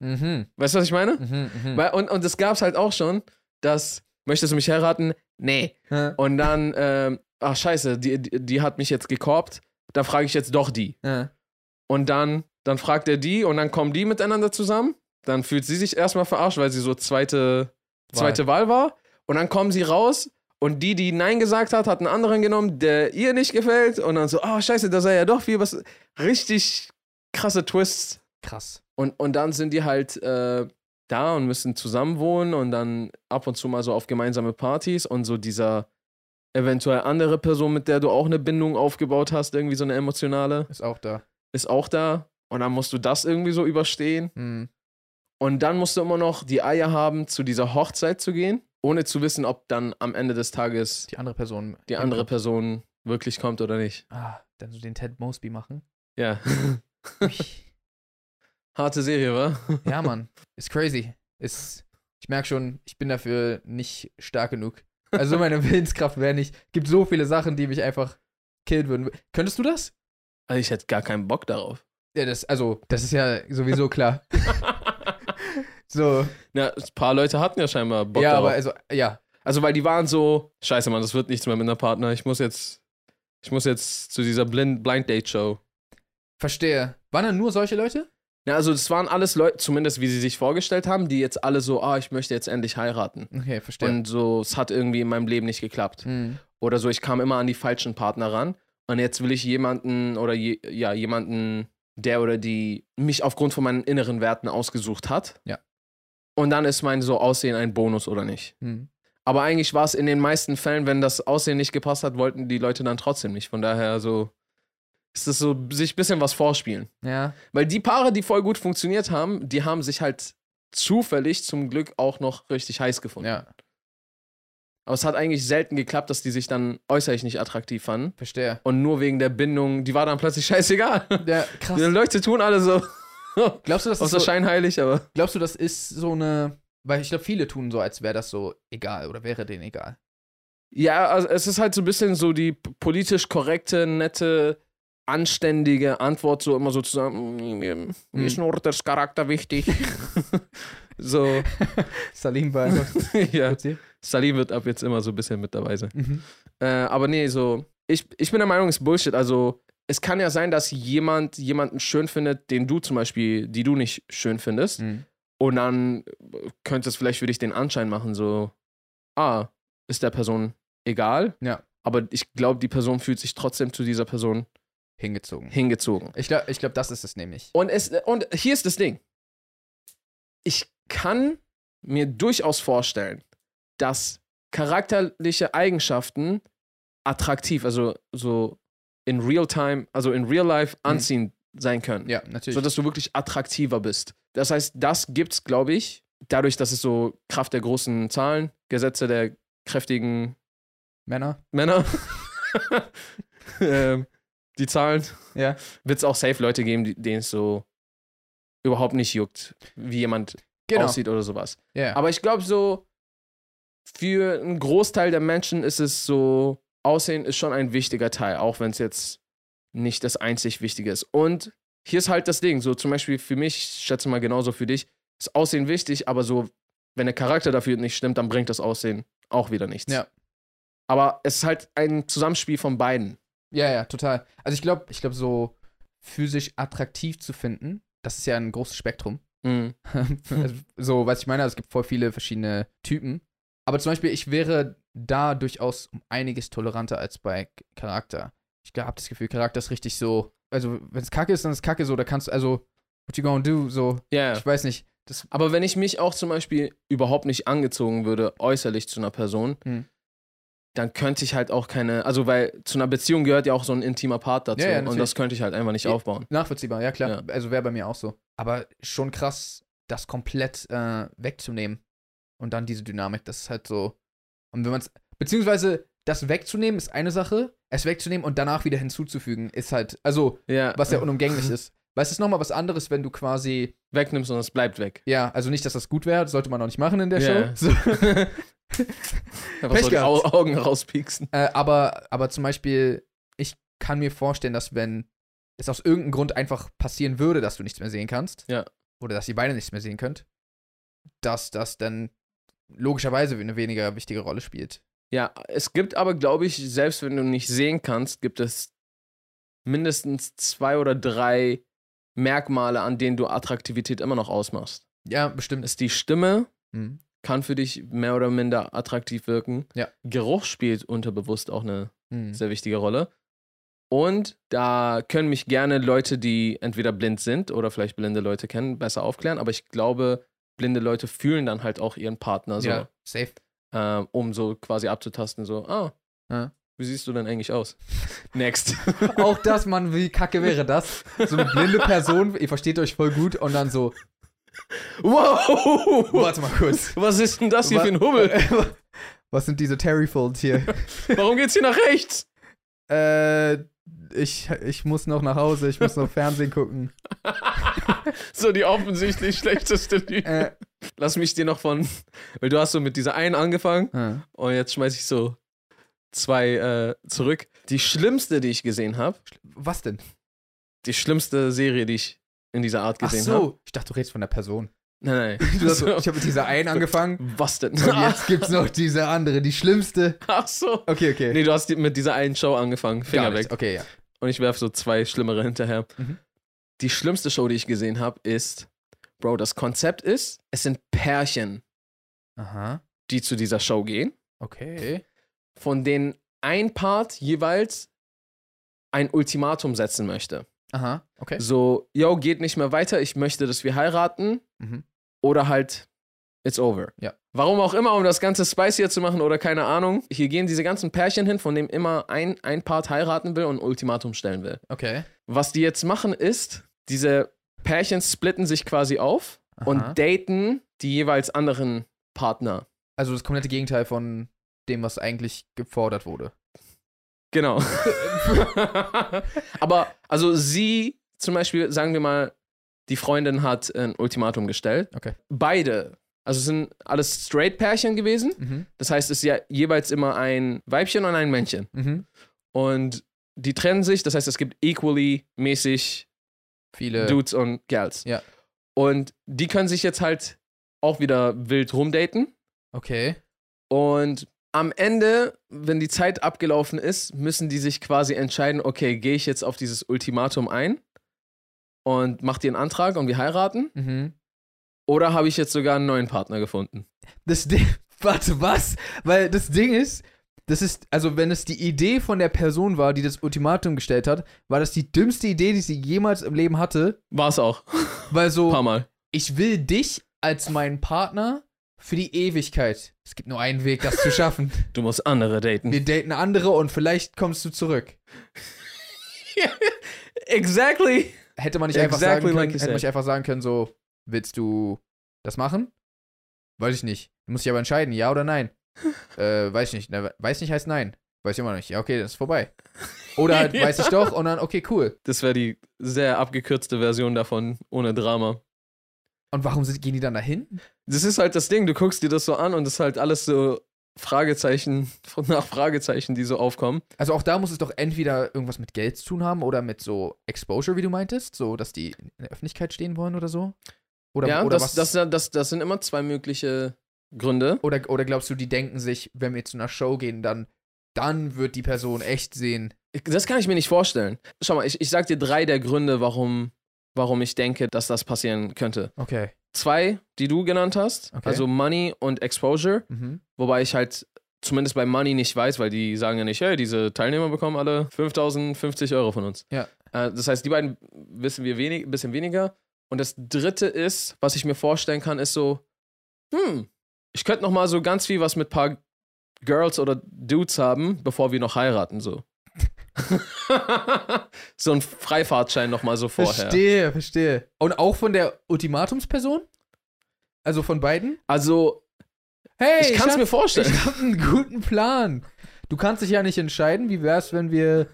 [SPEAKER 1] Mhm.
[SPEAKER 2] Weißt du, was ich meine?
[SPEAKER 1] Mhm. Mhm.
[SPEAKER 2] Hm. Weil, und, und das gab es halt auch schon, dass, möchtest du mich heiraten? Nee.
[SPEAKER 1] Hä?
[SPEAKER 2] Und dann, ähm, ach scheiße, die, die, die hat mich jetzt gekorbt, da frage ich jetzt doch die.
[SPEAKER 1] Hä?
[SPEAKER 2] Und dann, dann fragt er die und dann kommen die miteinander zusammen. Dann fühlt sie sich erstmal verarscht, weil sie so zweite, zweite Wahl war. Und dann kommen sie raus und die, die Nein gesagt hat, hat einen anderen genommen, der ihr nicht gefällt. Und dann so, oh scheiße, da sei ja doch viel was. Richtig krasse Twists.
[SPEAKER 1] Krass.
[SPEAKER 2] Und, und dann sind die halt äh, da und müssen zusammen wohnen und dann ab und zu mal so auf gemeinsame Partys und so dieser eventuell andere Person, mit der du auch eine Bindung aufgebaut hast, irgendwie so eine emotionale,
[SPEAKER 1] Ist auch da.
[SPEAKER 2] ist auch da. Und dann musst du das irgendwie so überstehen.
[SPEAKER 1] Mm.
[SPEAKER 2] Und dann musst du immer noch die Eier haben, zu dieser Hochzeit zu gehen, ohne zu wissen, ob dann am Ende des Tages
[SPEAKER 1] Die andere Person.
[SPEAKER 2] die andere Person wirklich kommt oder nicht.
[SPEAKER 1] Ah, dann so den Ted Mosby machen.
[SPEAKER 2] Ja.
[SPEAKER 1] Ui.
[SPEAKER 2] Harte Serie, wa?
[SPEAKER 1] ja, Mann. Ist crazy. Ist. Ich merke schon, ich bin dafür nicht stark genug. Also meine Willenskraft wäre nicht. Gibt so viele Sachen, die mich einfach killen würden. Könntest du das?
[SPEAKER 2] Also ich hätte gar keinen Bock darauf.
[SPEAKER 1] Ja, das, also, das ist ja sowieso klar. so.
[SPEAKER 2] Na, ein paar Leute hatten ja scheinbar Bock
[SPEAKER 1] ja,
[SPEAKER 2] darauf.
[SPEAKER 1] aber also, ja.
[SPEAKER 2] Also, weil die waren so, scheiße, Mann, das wird nichts mehr mit einer Partner. Ich muss jetzt, ich muss jetzt zu dieser Blind, Blind Date Show.
[SPEAKER 1] Verstehe. Waren da nur solche Leute?
[SPEAKER 2] Ja, also das waren alles Leute, zumindest wie sie sich vorgestellt haben, die jetzt alle so, ah, ich möchte jetzt endlich heiraten.
[SPEAKER 1] Okay, verstehe.
[SPEAKER 2] Und so, es hat irgendwie in meinem Leben nicht geklappt.
[SPEAKER 1] Mhm.
[SPEAKER 2] Oder so, ich kam immer an die falschen Partner ran. Und jetzt will ich jemanden oder je, ja, jemanden, der oder die mich aufgrund von meinen inneren Werten ausgesucht hat.
[SPEAKER 1] Ja.
[SPEAKER 2] Und dann ist mein so Aussehen ein Bonus oder nicht.
[SPEAKER 1] Mhm.
[SPEAKER 2] Aber eigentlich war es in den meisten Fällen, wenn das Aussehen nicht gepasst hat, wollten die Leute dann trotzdem nicht. Von daher so ist es so, sich ein bisschen was vorspielen.
[SPEAKER 1] Ja.
[SPEAKER 2] Weil die Paare, die voll gut funktioniert haben, die haben sich halt zufällig zum Glück auch noch richtig heiß gefunden.
[SPEAKER 1] Ja,
[SPEAKER 2] Aber es hat eigentlich selten geklappt, dass die sich dann äußerlich nicht attraktiv fanden.
[SPEAKER 1] verstehe.
[SPEAKER 2] Und nur wegen der Bindung, die war dann plötzlich scheißegal.
[SPEAKER 1] Ja,
[SPEAKER 2] Die
[SPEAKER 1] krass.
[SPEAKER 2] Leute tun alle so,
[SPEAKER 1] Glaubst du, das ist
[SPEAKER 2] außer
[SPEAKER 1] so,
[SPEAKER 2] scheinheilig, aber
[SPEAKER 1] glaubst du, das ist so eine. Weil ich glaube, viele tun so, als wäre das so egal oder wäre denen egal.
[SPEAKER 2] Ja, also es ist halt so ein bisschen so die p- politisch korrekte, nette, anständige Antwort, so immer so zusammen. Mir mir ist nur der Charakter wichtig. so,
[SPEAKER 1] Salim war einfach
[SPEAKER 2] ja.
[SPEAKER 1] kurz hier.
[SPEAKER 2] Salim wird ab jetzt immer so ein bisschen mit dabei sein.
[SPEAKER 1] Mhm.
[SPEAKER 2] Äh, aber nee, so, ich, ich bin der Meinung, es ist Bullshit. Also, es kann ja sein, dass jemand jemanden schön findet, den du zum Beispiel, die du nicht schön findest.
[SPEAKER 1] Mhm.
[SPEAKER 2] Und dann äh, könnte es vielleicht für dich den Anschein machen, so, ah, ist der Person egal.
[SPEAKER 1] Ja.
[SPEAKER 2] Aber ich glaube, die Person fühlt sich trotzdem zu dieser Person
[SPEAKER 1] Hingezogen.
[SPEAKER 2] hingezogen.
[SPEAKER 1] Ich glaube, ich glaub, das ist es nämlich.
[SPEAKER 2] Und, es, äh, und hier ist das Ding. Ich kann mir durchaus vorstellen, dass charakterliche Eigenschaften attraktiv, also so in real time, also in real life anziehend sein können.
[SPEAKER 1] Mhm. Ja, natürlich.
[SPEAKER 2] So dass du wirklich attraktiver bist. Das heißt, das gibt's, glaube ich, dadurch, dass es so Kraft der großen Zahlen, Gesetze der kräftigen
[SPEAKER 1] Männer.
[SPEAKER 2] Männer. ähm, die Zahlen.
[SPEAKER 1] Ja.
[SPEAKER 2] Wird es auch safe Leute geben, die- denen es so überhaupt nicht juckt, wie jemand
[SPEAKER 1] Genau.
[SPEAKER 2] aussieht oder sowas.
[SPEAKER 1] Ja.
[SPEAKER 2] Aber ich glaube so, für einen Großteil der Menschen ist es so, Aussehen ist schon ein wichtiger Teil, auch wenn es jetzt nicht das einzig Wichtige ist. Und hier ist halt das Ding, so zum Beispiel für mich, ich schätze mal genauso für dich, ist Aussehen wichtig, aber so, wenn der Charakter dafür nicht stimmt, dann bringt das Aussehen auch wieder nichts.
[SPEAKER 1] Ja.
[SPEAKER 2] Aber es ist halt ein Zusammenspiel von beiden.
[SPEAKER 1] Ja, ja, total. Also ich glaube, ich glaube, so physisch attraktiv zu finden, das ist ja ein großes Spektrum.
[SPEAKER 2] Mhm.
[SPEAKER 1] Also, so, was ich meine, es gibt voll viele verschiedene Typen. Aber zum Beispiel, ich wäre da durchaus um einiges toleranter als bei K- Charakter. Ich habe das Gefühl, Charakter ist richtig so. Also, wenn es kacke ist, dann ist es kacke so. Da kannst du, also, what you gonna do? So,
[SPEAKER 2] Ja.
[SPEAKER 1] ich weiß nicht. Das,
[SPEAKER 2] Aber wenn ich mich auch zum Beispiel überhaupt nicht angezogen würde, äußerlich zu einer Person,
[SPEAKER 1] Hm.
[SPEAKER 2] dann könnte ich halt auch keine, also weil zu einer Beziehung gehört ja auch so ein intimer Part dazu
[SPEAKER 1] Ja, ja,
[SPEAKER 2] und
[SPEAKER 1] natürlich.
[SPEAKER 2] das könnte ich halt einfach nicht
[SPEAKER 1] Ja.
[SPEAKER 2] aufbauen.
[SPEAKER 1] nachvollziehbar, ja klar.
[SPEAKER 2] Ja.
[SPEAKER 1] Also wäre bei mir auch so. Aber schon krass, das komplett äh, wegzunehmen. Und dann diese Dynamik, das ist halt so. Und wenn man es. Beziehungsweise, das wegzunehmen ist eine Sache, es wegzunehmen und danach wieder hinzuzufügen, ist halt. Also,
[SPEAKER 2] Ja,
[SPEAKER 1] was ja unumgänglich ist. Weil es ist nochmal was anderes, wenn du quasi,
[SPEAKER 2] wegnimmst und es bleibt weg.
[SPEAKER 1] ja, also nicht, dass das gut wäre, sollte man auch nicht machen in der
[SPEAKER 2] Ja.
[SPEAKER 1] Show. So,
[SPEAKER 2] Einfach so die Au
[SPEAKER 1] gehabt.
[SPEAKER 2] Augen rauspieksen.
[SPEAKER 1] äh, aber, aber zum Beispiel, ich kann mir vorstellen, dass wenn es aus irgendeinem Grund einfach passieren würde, dass du nichts mehr sehen kannst,
[SPEAKER 2] Ja.
[SPEAKER 1] oder dass ihr beide nichts mehr sehen könnt, dass das dann logischerweise eine weniger wichtige Rolle spielt.
[SPEAKER 2] Ja, es gibt aber, glaube ich, selbst wenn du nicht sehen kannst, gibt es mindestens zwei oder drei Merkmale, an denen du Attraktivität immer noch ausmachst.
[SPEAKER 1] Ja, bestimmt.
[SPEAKER 2] Ist die Stimme,
[SPEAKER 1] Mhm.
[SPEAKER 2] kann für dich mehr oder minder attraktiv wirken.
[SPEAKER 1] Ja.
[SPEAKER 2] Geruch spielt unterbewusst auch eine
[SPEAKER 1] Mhm.
[SPEAKER 2] sehr wichtige Rolle. Und da können mich gerne Leute, die entweder blind sind oder vielleicht blinde Leute kennen, besser aufklären. Aber ich glaube, blinde Leute fühlen dann halt auch ihren Partner so,
[SPEAKER 1] ja, safe.
[SPEAKER 2] ähm, um so quasi abzutasten, so, ah,
[SPEAKER 1] Ja.
[SPEAKER 2] wie siehst du denn eigentlich aus? Next.
[SPEAKER 1] Auch das, Mann, wie kacke wäre das? So eine blinde Person, ihr versteht euch voll gut und dann so,
[SPEAKER 2] wow!
[SPEAKER 1] warte mal kurz.
[SPEAKER 2] Was ist denn das hier
[SPEAKER 1] Wa-
[SPEAKER 2] für ein Hubbel?
[SPEAKER 1] Was sind diese Terryfolds hier?
[SPEAKER 2] Warum geht's hier nach rechts?
[SPEAKER 1] äh, ich, ich muss noch nach Hause, ich muss noch Fernsehen gucken.
[SPEAKER 2] So die offensichtlich schlechteste Lüge.
[SPEAKER 1] Äh,
[SPEAKER 2] Lass mich dir noch von, weil du hast so mit dieser einen angefangen und jetzt schmeiß ich so zwei äh, zurück. Die schlimmste, die ich gesehen habe,
[SPEAKER 1] was denn?
[SPEAKER 2] die schlimmste Serie, die ich in dieser Art
[SPEAKER 1] Ach
[SPEAKER 2] gesehen habe.
[SPEAKER 1] so, ne? ich dachte, du redest von der Person.
[SPEAKER 2] Nein, nein. Also,
[SPEAKER 1] Du hast so, ich habe mit dieser einen angefangen
[SPEAKER 2] Was denn?
[SPEAKER 1] und jetzt gibt's noch diese andere, die schlimmste.
[SPEAKER 2] Ach so.
[SPEAKER 1] Okay, okay.
[SPEAKER 2] Nee, du hast die- mit dieser einen Show angefangen,
[SPEAKER 1] Gar
[SPEAKER 2] Finger
[SPEAKER 1] nicht.
[SPEAKER 2] weg.
[SPEAKER 1] Okay, ja.
[SPEAKER 2] Und ich werf so zwei schlimmere hinterher.
[SPEAKER 1] Mhm.
[SPEAKER 2] Die schlimmste Show, die ich gesehen habe, ist, Bro, das Konzept ist, es sind Pärchen,
[SPEAKER 1] Aha,
[SPEAKER 2] die zu dieser Show gehen.
[SPEAKER 1] okay.
[SPEAKER 2] von denen ein Part jeweils ein Ultimatum setzen möchte.
[SPEAKER 1] Aha, okay.
[SPEAKER 2] So, yo, geht nicht mehr weiter, ich möchte, dass wir heiraten
[SPEAKER 1] Mhm.
[SPEAKER 2] oder halt it's over.
[SPEAKER 1] Ja.
[SPEAKER 2] Warum auch immer, um das ganze spicier zu machen oder keine Ahnung. Hier gehen diese ganzen Pärchen hin, von dem immer ein, ein Part heiraten will und ein Ultimatum stellen will.
[SPEAKER 1] Okay.
[SPEAKER 2] Was die jetzt machen ist, diese Pärchen splitten sich quasi auf
[SPEAKER 1] Aha.
[SPEAKER 2] und daten die jeweils anderen Partner.
[SPEAKER 1] also das komplette Gegenteil von dem, was eigentlich gefordert wurde.
[SPEAKER 2] Genau. Aber, also sie zum Beispiel, sagen wir mal, die Freundin hat ein Ultimatum gestellt.
[SPEAKER 1] Okay.
[SPEAKER 2] Beide, also es sind alles Straight-Pärchen gewesen.
[SPEAKER 1] Mhm.
[SPEAKER 2] Das heißt, es ist ja jeweils immer ein Weibchen und ein Männchen.
[SPEAKER 1] Mhm.
[SPEAKER 2] Und die trennen sich, das heißt, es gibt equally mäßig
[SPEAKER 1] Viele.
[SPEAKER 2] Dudes und Girls.
[SPEAKER 1] Ja.
[SPEAKER 2] Und die können sich jetzt halt auch wieder wild rumdaten.
[SPEAKER 1] Okay.
[SPEAKER 2] Und am Ende, wenn die Zeit abgelaufen ist, müssen die sich quasi entscheiden, okay, gehe ich jetzt auf dieses Ultimatum ein und mach dir einen Antrag und wir heiraten?
[SPEAKER 1] Mhm.
[SPEAKER 2] Oder habe ich jetzt sogar einen neuen Partner gefunden?
[SPEAKER 1] Das Ding. Warte, was? Weil das Ding ist, das ist, also wenn es die Idee von der Person war, die das Ultimatum gestellt hat, war das die dümmste Idee, die sie jemals im Leben hatte.
[SPEAKER 2] War es auch. Ein
[SPEAKER 1] Weil so,
[SPEAKER 2] paar Mal.
[SPEAKER 1] ich will dich als meinen Partner für die Ewigkeit. Es gibt nur einen Weg, das zu schaffen.
[SPEAKER 2] Du musst andere daten.
[SPEAKER 1] Wir daten andere und vielleicht kommst du zurück.
[SPEAKER 2] Exactly.
[SPEAKER 1] Hätte man nicht einfach sagen
[SPEAKER 2] Exactly
[SPEAKER 1] können,
[SPEAKER 2] like you
[SPEAKER 1] hätte man
[SPEAKER 2] said.
[SPEAKER 1] nicht einfach sagen können, so, willst du das machen? Weiß ich nicht. Du musst dich aber entscheiden, ja oder nein. äh, weiß ich nicht. Na, weiß nicht heißt nein. Weiß ich immer noch nicht. Ja, okay, dann ist vorbei. Oder halt, weiß ich doch und dann, okay, cool.
[SPEAKER 2] Das wäre die sehr abgekürzte Version davon, ohne Drama.
[SPEAKER 1] Und warum sind, gehen die dann dahin?
[SPEAKER 2] Das ist halt das Ding, du guckst dir das so an und es ist halt alles so Fragezeichen nach Fragezeichen, die so aufkommen.
[SPEAKER 1] Also auch da muss es doch entweder irgendwas mit Geld zu tun haben oder mit so Exposure, wie du meintest, so, dass die in der Öffentlichkeit stehen wollen oder so. Oder,
[SPEAKER 2] ja,
[SPEAKER 1] oder
[SPEAKER 2] das,
[SPEAKER 1] was?
[SPEAKER 2] das, das, das sind immer zwei mögliche Gründe.
[SPEAKER 1] Oder, oder glaubst du, die denken sich, wenn wir zu einer Show gehen, dann, dann wird die Person echt sehen.
[SPEAKER 2] Das kann ich mir nicht vorstellen. Schau mal, ich, ich sag dir drei der Gründe, warum, warum ich denke, dass das passieren könnte.
[SPEAKER 1] Okay.
[SPEAKER 2] Zwei, die du genannt hast,
[SPEAKER 1] Okay.
[SPEAKER 2] also Money und Exposure,
[SPEAKER 1] Mhm.
[SPEAKER 2] wobei ich halt zumindest bei Money nicht weiß, weil die sagen ja nicht, hey, diese Teilnehmer bekommen alle 5050 Euro von uns.
[SPEAKER 1] Ja.
[SPEAKER 2] Äh, das heißt, die beiden wissen wir wenig, ein bisschen weniger. Und das dritte ist, was ich mir vorstellen kann, ist so, hm, ich könnte noch mal so ganz viel was mit paar Girls oder Dudes haben, bevor wir noch heiraten, so. so ein Freifahrtschein noch mal so vorher.
[SPEAKER 1] Verstehe, verstehe. Und auch von der Ultimatumsperson? Also von beiden?
[SPEAKER 2] Also, ich
[SPEAKER 1] Hey,
[SPEAKER 2] kann es
[SPEAKER 1] hab-
[SPEAKER 2] mir vorstellen.
[SPEAKER 1] Ich habe einen guten Plan. Du kannst dich ja nicht entscheiden. Wie wär's, wenn wir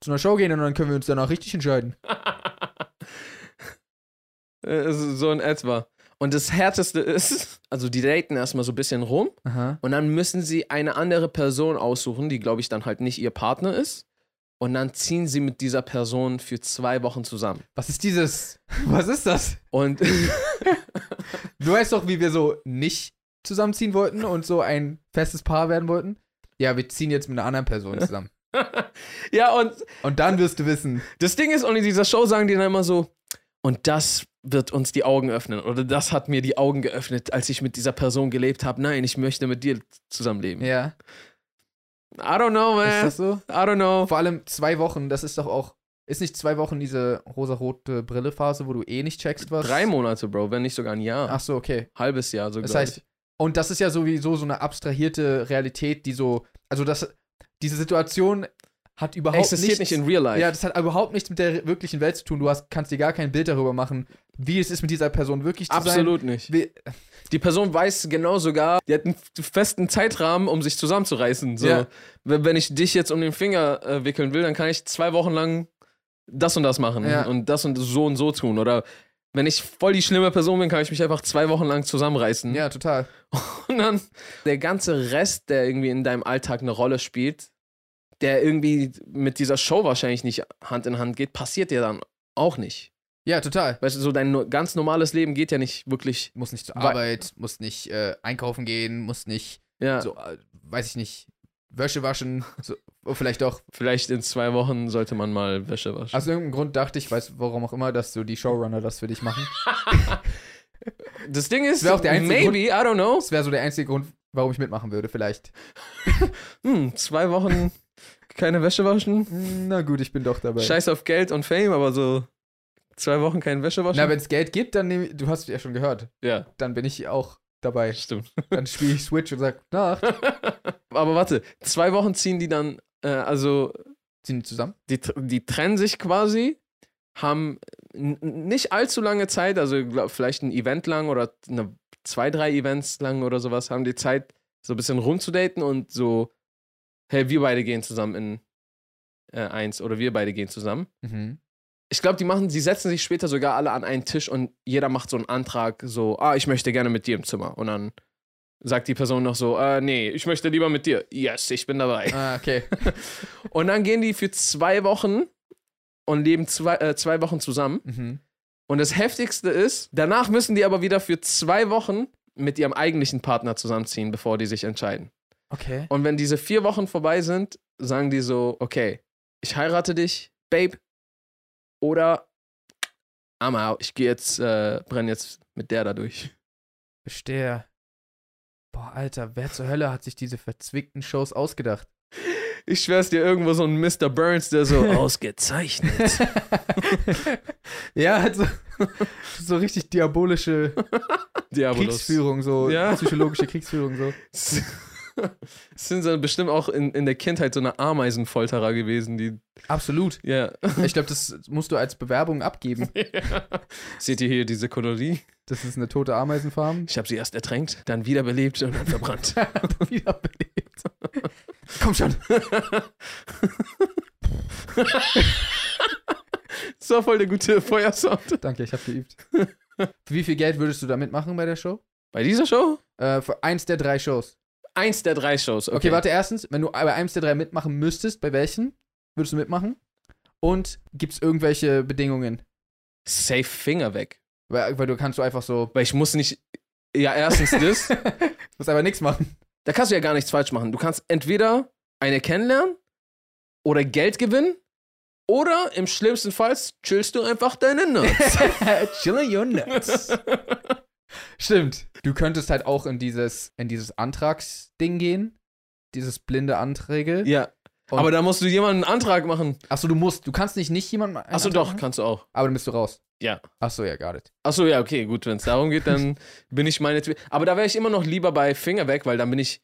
[SPEAKER 1] zu einer Show gehen und dann können wir uns danach richtig entscheiden?
[SPEAKER 2] Äh, So so in etwa. Und das Härteste ist, also die daten erstmal so ein bisschen rum
[SPEAKER 1] Aha.
[SPEAKER 2] und dann müssen sie eine andere Person aussuchen, die, glaube ich, dann halt nicht ihr Partner ist. Und dann ziehen sie mit dieser Person für zwei Wochen zusammen.
[SPEAKER 1] Was ist dieses? Was ist das?
[SPEAKER 2] Und
[SPEAKER 1] Du weißt doch, wie wir so nicht zusammenziehen wollten und so ein festes Paar werden wollten. Ja, wir ziehen jetzt mit einer anderen Person zusammen.
[SPEAKER 2] ja, und
[SPEAKER 1] Und dann wirst du wissen.
[SPEAKER 2] das Ding ist, und in dieser Show sagen die dann immer so, und das wird uns die Augen öffnen. Oder das hat mir die Augen geöffnet, als ich mit dieser Person gelebt habe. Nein, ich möchte mit dir zusammenleben.
[SPEAKER 1] Ja.
[SPEAKER 2] I don't know,
[SPEAKER 1] Ist
[SPEAKER 2] man.
[SPEAKER 1] das so?
[SPEAKER 2] I don't know.
[SPEAKER 1] Vor allem zwei Wochen, das ist doch auch. Ist nicht zwei Wochen diese rosarote Brille-Phase, wo du eh nicht checkst, was.
[SPEAKER 2] Drei Monate, Bro, wenn nicht sogar ein Jahr.
[SPEAKER 1] Ach so, okay.
[SPEAKER 2] Halbes Jahr sogar.
[SPEAKER 1] Das heißt, und das ist ja sowieso so eine abstrahierte Realität, die so. Also, das, diese Situation hat überhaupt
[SPEAKER 2] existiert nicht
[SPEAKER 1] nichts,
[SPEAKER 2] in real life.
[SPEAKER 1] Ja, das hat überhaupt nichts mit der wirklichen Welt zu tun. Du hast, kannst dir gar kein Bild darüber machen, wie es ist, mit dieser Person wirklich zu
[SPEAKER 2] Absolut
[SPEAKER 1] sein.
[SPEAKER 2] nicht.
[SPEAKER 1] Absolut.
[SPEAKER 2] Die Person weiß genau sogar, die hat einen f- festen Zeitrahmen, um sich zusammenzureißen. So,
[SPEAKER 1] Ja.
[SPEAKER 2] wenn wenn ich dich jetzt um den Finger äh, wickeln will, dann kann ich zwei Wochen lang das und das machen
[SPEAKER 1] Ja.
[SPEAKER 2] und das und so und so tun. Oder wenn ich voll die schlimme Person bin, kann ich mich einfach zwei Wochen lang zusammenreißen.
[SPEAKER 1] Ja, total.
[SPEAKER 2] Und dann der ganze Rest, der irgendwie in deinem Alltag eine Rolle spielt, der irgendwie mit dieser Show wahrscheinlich nicht Hand in Hand geht, passiert dir dann auch nicht.
[SPEAKER 1] Ja, total.
[SPEAKER 2] Weißt du, so dein no- ganz normales Leben geht ja nicht wirklich.
[SPEAKER 1] Muss nicht zur
[SPEAKER 2] Weil-
[SPEAKER 1] Arbeit, muss nicht äh, einkaufen gehen, muss nicht
[SPEAKER 2] Ja.
[SPEAKER 1] so, äh, weiß ich nicht, Wäsche waschen, so, oh, vielleicht doch.
[SPEAKER 2] Vielleicht in zwei Wochen sollte man mal Wäsche waschen.
[SPEAKER 1] Aus irgendeinem Grund dachte ich, weiß warum auch immer, dass so die Showrunner das für dich machen.
[SPEAKER 2] das Ding ist,
[SPEAKER 1] Das Also, wär auch der einzige
[SPEAKER 2] maybe,
[SPEAKER 1] Grund-
[SPEAKER 2] I don't know.
[SPEAKER 1] Das wäre so der einzige Grund, warum ich mitmachen würde, vielleicht.
[SPEAKER 2] Hm, zwei Wochen keine Wäsche waschen.
[SPEAKER 1] Hm, Na gut, ich bin doch dabei.
[SPEAKER 2] Scheiß auf Geld und Fame, aber so zwei Wochen keine Wäsche waschen.
[SPEAKER 1] Na, wenn es Geld gibt, dann nehme ich, du hast ja schon gehört,
[SPEAKER 2] ja,
[SPEAKER 1] dann bin ich auch dabei.
[SPEAKER 2] stimmt.
[SPEAKER 1] Dann spiele ich Switch und sag, na,
[SPEAKER 2] Aber warte, zwei Wochen ziehen die dann, äh, also
[SPEAKER 1] ziehen die zusammen.
[SPEAKER 2] die, tr- die trennen sich quasi, haben n- n- nicht allzu lange Zeit, also glaub, vielleicht ein Event lang oder eine, zwei, drei Events lang oder sowas, haben die Zeit, so ein bisschen rumzudaten und so, hey, wir beide gehen zusammen in äh, eins oder wir beide gehen zusammen.
[SPEAKER 1] Mhm.
[SPEAKER 2] Ich glaube, die machen, die setzen sich später sogar alle an einen Tisch und jeder macht so einen Antrag, so, ah, ich möchte gerne mit dir im Zimmer. Und dann sagt die Person noch so, äh, nee, ich möchte lieber mit dir. Yes, ich bin dabei.
[SPEAKER 1] Ah, okay.
[SPEAKER 2] Und dann gehen die für zwei Wochen und leben zwei, äh, zwei Wochen zusammen.
[SPEAKER 1] Mhm.
[SPEAKER 2] Und das Heftigste ist, danach müssen die aber wieder für zwei Wochen mit ihrem eigentlichen Partner zusammenziehen, bevor die sich entscheiden.
[SPEAKER 1] Okay.
[SPEAKER 2] Und wenn diese vier Wochen vorbei sind, sagen die so, okay, ich heirate dich, Babe, oder I'm out, ich gehe jetzt, äh, brenne jetzt mit der dadurch.
[SPEAKER 1] Verstehe. Boah, Alter, wer zur Hölle hat sich diese verzwickten Shows ausgedacht?
[SPEAKER 2] Ich schwör's dir, irgendwo so ein Mr. Burns, der so ausgezeichnet.
[SPEAKER 1] Ja, halt so, so richtig diabolische
[SPEAKER 2] Diabolos.
[SPEAKER 1] Kriegsführung, so
[SPEAKER 2] Ja.
[SPEAKER 1] psychologische Kriegsführung, so.
[SPEAKER 2] Es sind so bestimmt auch in, in der Kindheit so eine Ameisenfolterer gewesen, die.
[SPEAKER 1] Absolut.
[SPEAKER 2] Ja.
[SPEAKER 1] Ich glaube, das musst du als Bewerbung abgeben.
[SPEAKER 2] Seht ihr hier diese Kolonie?
[SPEAKER 1] Das ist eine tote Ameisenfarm.
[SPEAKER 2] Ich habe sie erst ertränkt, dann wiederbelebt und dann verbrannt.
[SPEAKER 1] Wiederbelebt. Komm schon.
[SPEAKER 2] Das war voll der gute Feuersound.
[SPEAKER 1] Danke, ich habe geübt. Für wie viel Geld würdest du damit machen bei der Show?
[SPEAKER 2] Bei dieser Show?
[SPEAKER 1] Äh, für eins der drei Shows.
[SPEAKER 2] Eins der drei Shows. Okay,
[SPEAKER 1] Okay, warte, erstens, wenn du bei eins der drei mitmachen müsstest, bei welchen würdest du mitmachen? Und gibt es irgendwelche Bedingungen?
[SPEAKER 2] Safe Finger weg.
[SPEAKER 1] Weil, weil du kannst du einfach so,
[SPEAKER 2] Weil ich muss nicht. Ja, erstens das.
[SPEAKER 1] musst aber nichts machen.
[SPEAKER 2] da kannst du ja gar nichts falsch machen. Du kannst entweder eine kennenlernen oder Geld gewinnen oder im schlimmsten Fall chillst du einfach deine Nuts.
[SPEAKER 1] Chilling your nuts. Stimmt. Du könntest halt auch in dieses, in dieses Antragsding gehen. Dieses blinde Anträge.
[SPEAKER 2] ja.
[SPEAKER 1] Und-
[SPEAKER 2] Aber da musst du jemanden einen Antrag machen.
[SPEAKER 1] Achso, du musst. Du kannst nicht nicht jemandem. einen
[SPEAKER 2] Achso,
[SPEAKER 1] Antrag
[SPEAKER 2] doch,
[SPEAKER 1] machen,
[SPEAKER 2] kannst du auch.
[SPEAKER 1] Aber dann bist du raus.
[SPEAKER 2] Ja.
[SPEAKER 1] Achso, ja, got it.
[SPEAKER 2] Achso, ja, okay, gut, wenn es darum geht, dann bin ich meinetwegen. Aber da wäre ich immer noch lieber bei Finger weg, weil dann bin ich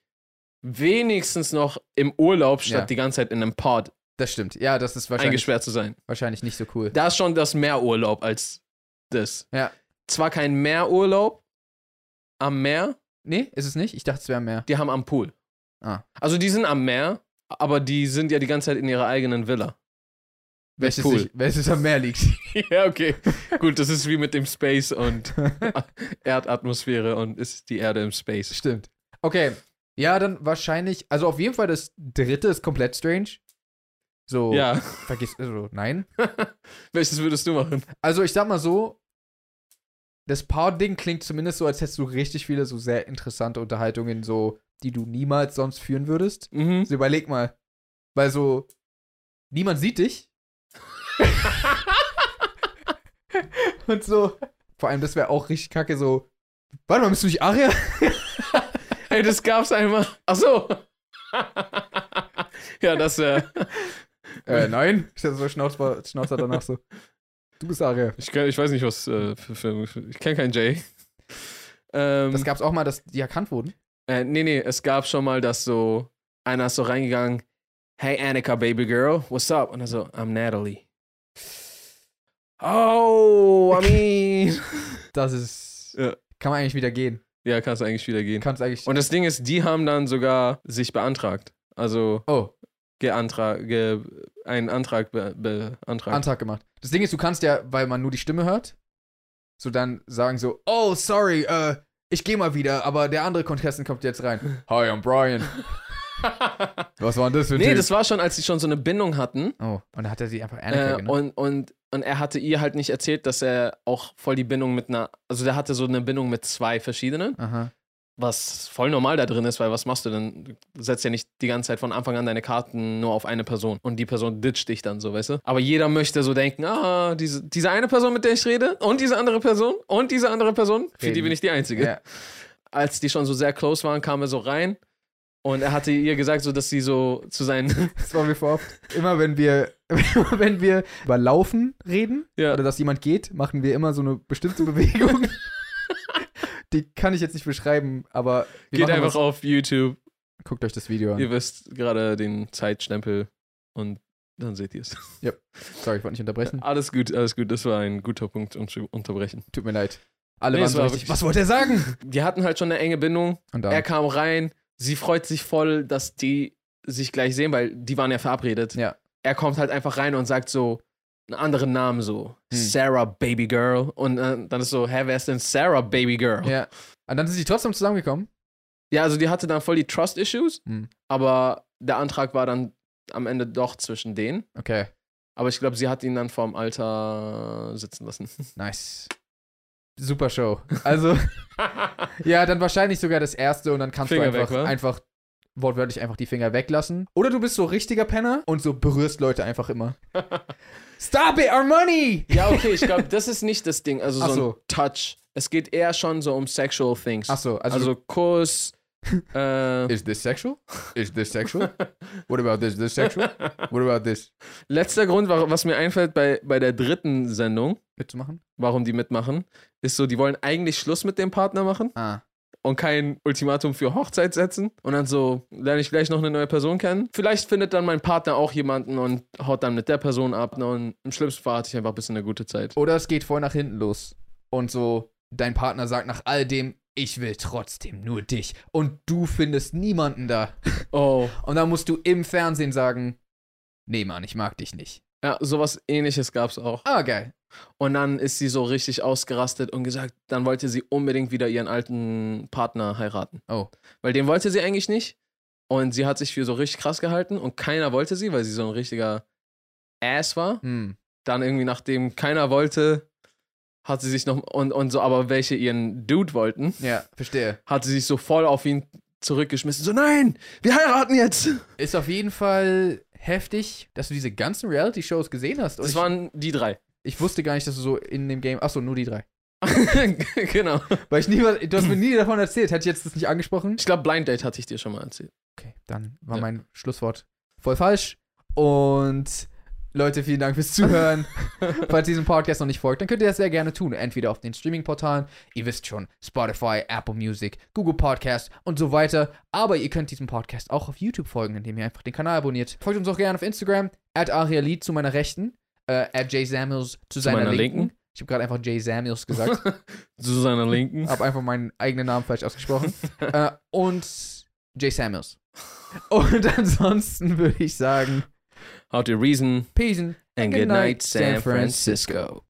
[SPEAKER 2] wenigstens noch im Urlaub, statt
[SPEAKER 1] Ja.
[SPEAKER 2] die ganze Zeit in einem Pod
[SPEAKER 1] Das stimmt. Ja, das ist wahrscheinlich,
[SPEAKER 2] eingesperrt zu sein.
[SPEAKER 1] wahrscheinlich nicht so cool.
[SPEAKER 2] Da ist schon das mehr Urlaub als das.
[SPEAKER 1] Ja.
[SPEAKER 2] Zwar kein Meerurlaub am Meer,
[SPEAKER 1] Nee, ist es nicht? Ich dachte, es wäre mehr.
[SPEAKER 2] die haben am Pool.
[SPEAKER 1] Ah.
[SPEAKER 2] Also die sind am Meer, aber die sind ja die ganze Zeit in ihrer eigenen Villa.
[SPEAKER 1] Welches,
[SPEAKER 2] cool.
[SPEAKER 1] sich- welches am Meer liegt.
[SPEAKER 2] ja, okay. Gut, das ist wie mit dem Space und Erdatmosphäre und ist die Erde im Space.
[SPEAKER 1] Stimmt. Okay. Ja, dann wahrscheinlich. Also auf jeden Fall das dritte ist komplett strange. So,
[SPEAKER 2] Ja.
[SPEAKER 1] vergiss. Also, nein.
[SPEAKER 2] Welches würdest du machen?
[SPEAKER 1] Also ich sag mal so, das Paar-Ding klingt zumindest so, als hättest du richtig viele so sehr interessante Unterhaltungen, so, die du niemals sonst führen würdest.
[SPEAKER 2] Mhm.
[SPEAKER 1] Also überleg mal. Weil so, niemand sieht dich. Und so. Vor allem, das wäre auch richtig kacke, so. Warte mal, bist du nicht Aria?
[SPEAKER 2] Ey, das gab's einmal. Ach so. ja, das wäre.
[SPEAKER 1] äh, nein. Ich dachte so Schnauzer, Schnauzer danach so. Du bist Aria.
[SPEAKER 2] Ich, kenn- ich weiß nicht, was äh, für, für, für Ich kenne keinen Jay. Ähm,
[SPEAKER 1] Das gab's auch mal, dass die erkannt wurden.
[SPEAKER 2] Äh, nee, nee, es gab schon mal, dass so einer ist so reingegangen, hey Annika, baby girl, what's up? Und er so, I'm Natalie. Oh, I mean.
[SPEAKER 1] Das ist.
[SPEAKER 2] Ja.
[SPEAKER 1] Kann man eigentlich wieder gehen.
[SPEAKER 2] ja, kannst du eigentlich wieder
[SPEAKER 1] Du
[SPEAKER 2] gehen.
[SPEAKER 1] kannst eigentlich.
[SPEAKER 2] Und das Ding ist, die haben dann sogar sich beantragt. Also
[SPEAKER 1] oh.
[SPEAKER 2] geantrag, ge, einen Antrag be, beantragt.
[SPEAKER 1] Antrag gemacht. Das Ding ist, du kannst ja, weil man nur die Stimme hört, so dann sagen so, oh, sorry, äh, ich gehe mal wieder, aber der andere Contestant kommt jetzt rein. Hi, I'm Brian. Was war denn das für ein
[SPEAKER 2] nee,
[SPEAKER 1] Typ?
[SPEAKER 2] das war schon, als sie schon so eine Bindung hatten.
[SPEAKER 1] Oh, und da hat er sie einfach Annika
[SPEAKER 2] Äh,
[SPEAKER 1] genannt.
[SPEAKER 2] und, und, und er hatte ihr halt nicht erzählt, dass er auch voll die Bindung mit einer, also der hatte so eine Bindung mit zwei verschiedenen.
[SPEAKER 1] Aha.
[SPEAKER 2] was voll normal da drin ist, weil was machst du denn? Du setzt ja nicht die ganze Zeit von Anfang an deine Karten nur auf eine Person und die Person ditcht dich dann so, weißt du? Aber jeder möchte so denken, ah, diese, diese eine Person, mit der ich rede und diese andere Person und diese andere Person, für die
[SPEAKER 1] Reden.
[SPEAKER 2] bin ich die Einzige.
[SPEAKER 1] Ja.
[SPEAKER 2] Als die schon so sehr close waren, kam er so rein und er hatte ihr gesagt, so dass sie so zu seinen,
[SPEAKER 1] Das war mir vor oft. Immer wenn wir, immer wenn wir über Laufen reden
[SPEAKER 2] Ja.
[SPEAKER 1] oder dass jemand geht, machen wir immer so eine bestimmte Bewegung. die kann ich jetzt nicht beschreiben, aber wir
[SPEAKER 2] geht
[SPEAKER 1] machen
[SPEAKER 2] einfach
[SPEAKER 1] was.
[SPEAKER 2] auf YouTube,
[SPEAKER 1] Guckt euch das Video an.
[SPEAKER 2] ihr wisst gerade den Zeitstempel und dann seht ihr es.
[SPEAKER 1] Sorry, ich wollte nicht unterbrechen.
[SPEAKER 2] Alles gut, alles gut, das war ein guter Punkt, um zu unterbrechen.
[SPEAKER 1] Tut mir leid. Alle
[SPEAKER 2] Nee,
[SPEAKER 1] waren
[SPEAKER 2] es
[SPEAKER 1] so
[SPEAKER 2] war
[SPEAKER 1] richtig,
[SPEAKER 2] wirklich-
[SPEAKER 1] was wollte er sagen?
[SPEAKER 2] Die hatten halt schon eine enge Bindung,
[SPEAKER 1] Und dann,
[SPEAKER 2] Er kam rein, sie freut sich voll, dass die sich gleich sehen, weil die waren ja verabredet.
[SPEAKER 1] Ja.
[SPEAKER 2] Er kommt halt einfach rein und sagt so einen anderen Namen so,
[SPEAKER 1] Hm.
[SPEAKER 2] Sarah Baby Girl und äh, dann ist so, hä, wer ist denn Sarah Baby Girl?
[SPEAKER 1] ja. Und dann sind sie trotzdem zusammengekommen.
[SPEAKER 2] Ja, also die hatte dann voll die Trust Issues,
[SPEAKER 1] Hm.
[SPEAKER 2] aber der Antrag war dann am Ende doch zwischen denen,
[SPEAKER 1] Okay,
[SPEAKER 2] aber ich glaube, sie hat ihn dann vorm Alter sitzen lassen.
[SPEAKER 1] nice. Super Show. Also, ja, dann wahrscheinlich sogar das erste und dann kannst
[SPEAKER 2] Finger
[SPEAKER 1] du einfach,
[SPEAKER 2] weg, wa?
[SPEAKER 1] einfach wortwörtlich einfach die Finger weglassen. Oder du bist so richtiger Penner und so berührst Leute einfach immer. Stop it, our money!
[SPEAKER 2] ja, okay, ich glaube, das ist nicht das Ding, also
[SPEAKER 1] Ach
[SPEAKER 2] so,
[SPEAKER 1] so.
[SPEAKER 2] ein Touch. Es geht eher schon so um sexual things.
[SPEAKER 1] Achso, also,
[SPEAKER 2] Also, Kuss, Äh,
[SPEAKER 1] Is this sexual? Is this sexual? What about this? This sexual? What about this?
[SPEAKER 2] letzter Grund, wa- was mir einfällt bei, bei der dritten Sendung,
[SPEAKER 1] Mitzumachen?
[SPEAKER 2] warum die mitmachen, ist so, die wollen eigentlich Schluss mit dem Partner machen
[SPEAKER 1] Ah.
[SPEAKER 2] und kein Ultimatum für Hochzeit setzen. Und dann so, lerne ich gleich noch eine neue Person kennen. Vielleicht findet dann mein Partner auch jemanden und haut dann mit der Person ab. ne, Und im schlimmsten Fall hatte ich einfach ein bisschen eine gute Zeit.
[SPEAKER 1] Oder es geht voll nach hinten los. Und so, dein Partner sagt nach all dem, ich will trotzdem nur dich. Und du findest niemanden da.
[SPEAKER 2] Oh.
[SPEAKER 1] Und dann musst du im Fernsehen sagen, nee, Mann, ich mag dich nicht.
[SPEAKER 2] Ja, sowas ähnliches gab's auch.
[SPEAKER 1] Ah, geil.
[SPEAKER 2] Und dann ist sie so richtig ausgerastet und gesagt, dann wollte sie unbedingt wieder ihren alten Partner heiraten.
[SPEAKER 1] Oh.
[SPEAKER 2] Weil den wollte sie eigentlich nicht. Und sie hat sich für so richtig krass gehalten und keiner wollte sie, weil sie so ein richtiger Ass war.
[SPEAKER 1] Hm.
[SPEAKER 2] Dann irgendwie, nachdem keiner wollte, hat sie sich noch und, und so, aber welche ihren Dude wollten,
[SPEAKER 1] Ja, verstehe.
[SPEAKER 2] hat sie sich so voll auf ihn zurückgeschmissen. So, nein, wir heiraten jetzt.
[SPEAKER 1] Ist auf jeden Fall heftig, dass du diese ganzen Reality-Shows gesehen hast. Und
[SPEAKER 2] Das
[SPEAKER 1] ich,
[SPEAKER 2] waren die drei.
[SPEAKER 1] ich wusste gar nicht, dass du so in dem Game. Achso, nur die drei.
[SPEAKER 2] genau.
[SPEAKER 1] Weil ich nie was, du hast mir nie davon erzählt. Hätte ich jetzt das nicht angesprochen?
[SPEAKER 2] Ich glaube, Blind Date hatte ich dir schon mal erzählt.
[SPEAKER 1] Okay, dann war
[SPEAKER 2] Ja.
[SPEAKER 1] mein Schlusswort voll falsch. Und Leute, vielen Dank fürs Zuhören. Falls ihr diesem Podcast noch nicht folgt, dann könnt ihr das sehr gerne tun. Entweder auf den Streaming-Portalen, ihr wisst schon, Spotify, Apple Music, Google Podcast und so weiter. Aber ihr könnt diesem Podcast auch auf YouTube folgen, indem ihr einfach den Kanal abonniert. Folgt uns auch gerne auf Instagram, at Ariali zu meiner Rechten, äh, at Jay Samuels zu, seiner
[SPEAKER 2] meiner
[SPEAKER 1] Linken.
[SPEAKER 2] Linken.
[SPEAKER 1] Ich habe gerade einfach Jay Samuels gesagt.
[SPEAKER 2] Zu seiner Linken.
[SPEAKER 1] habe einfach meinen eigenen Namen falsch ausgesprochen. äh, und Jay Samuels. Und ansonsten würde ich sagen,
[SPEAKER 2] How to reason
[SPEAKER 1] Peace and
[SPEAKER 2] and
[SPEAKER 1] good
[SPEAKER 2] good
[SPEAKER 1] night,
[SPEAKER 2] night, San
[SPEAKER 1] San Francisco.
[SPEAKER 2] Francisco.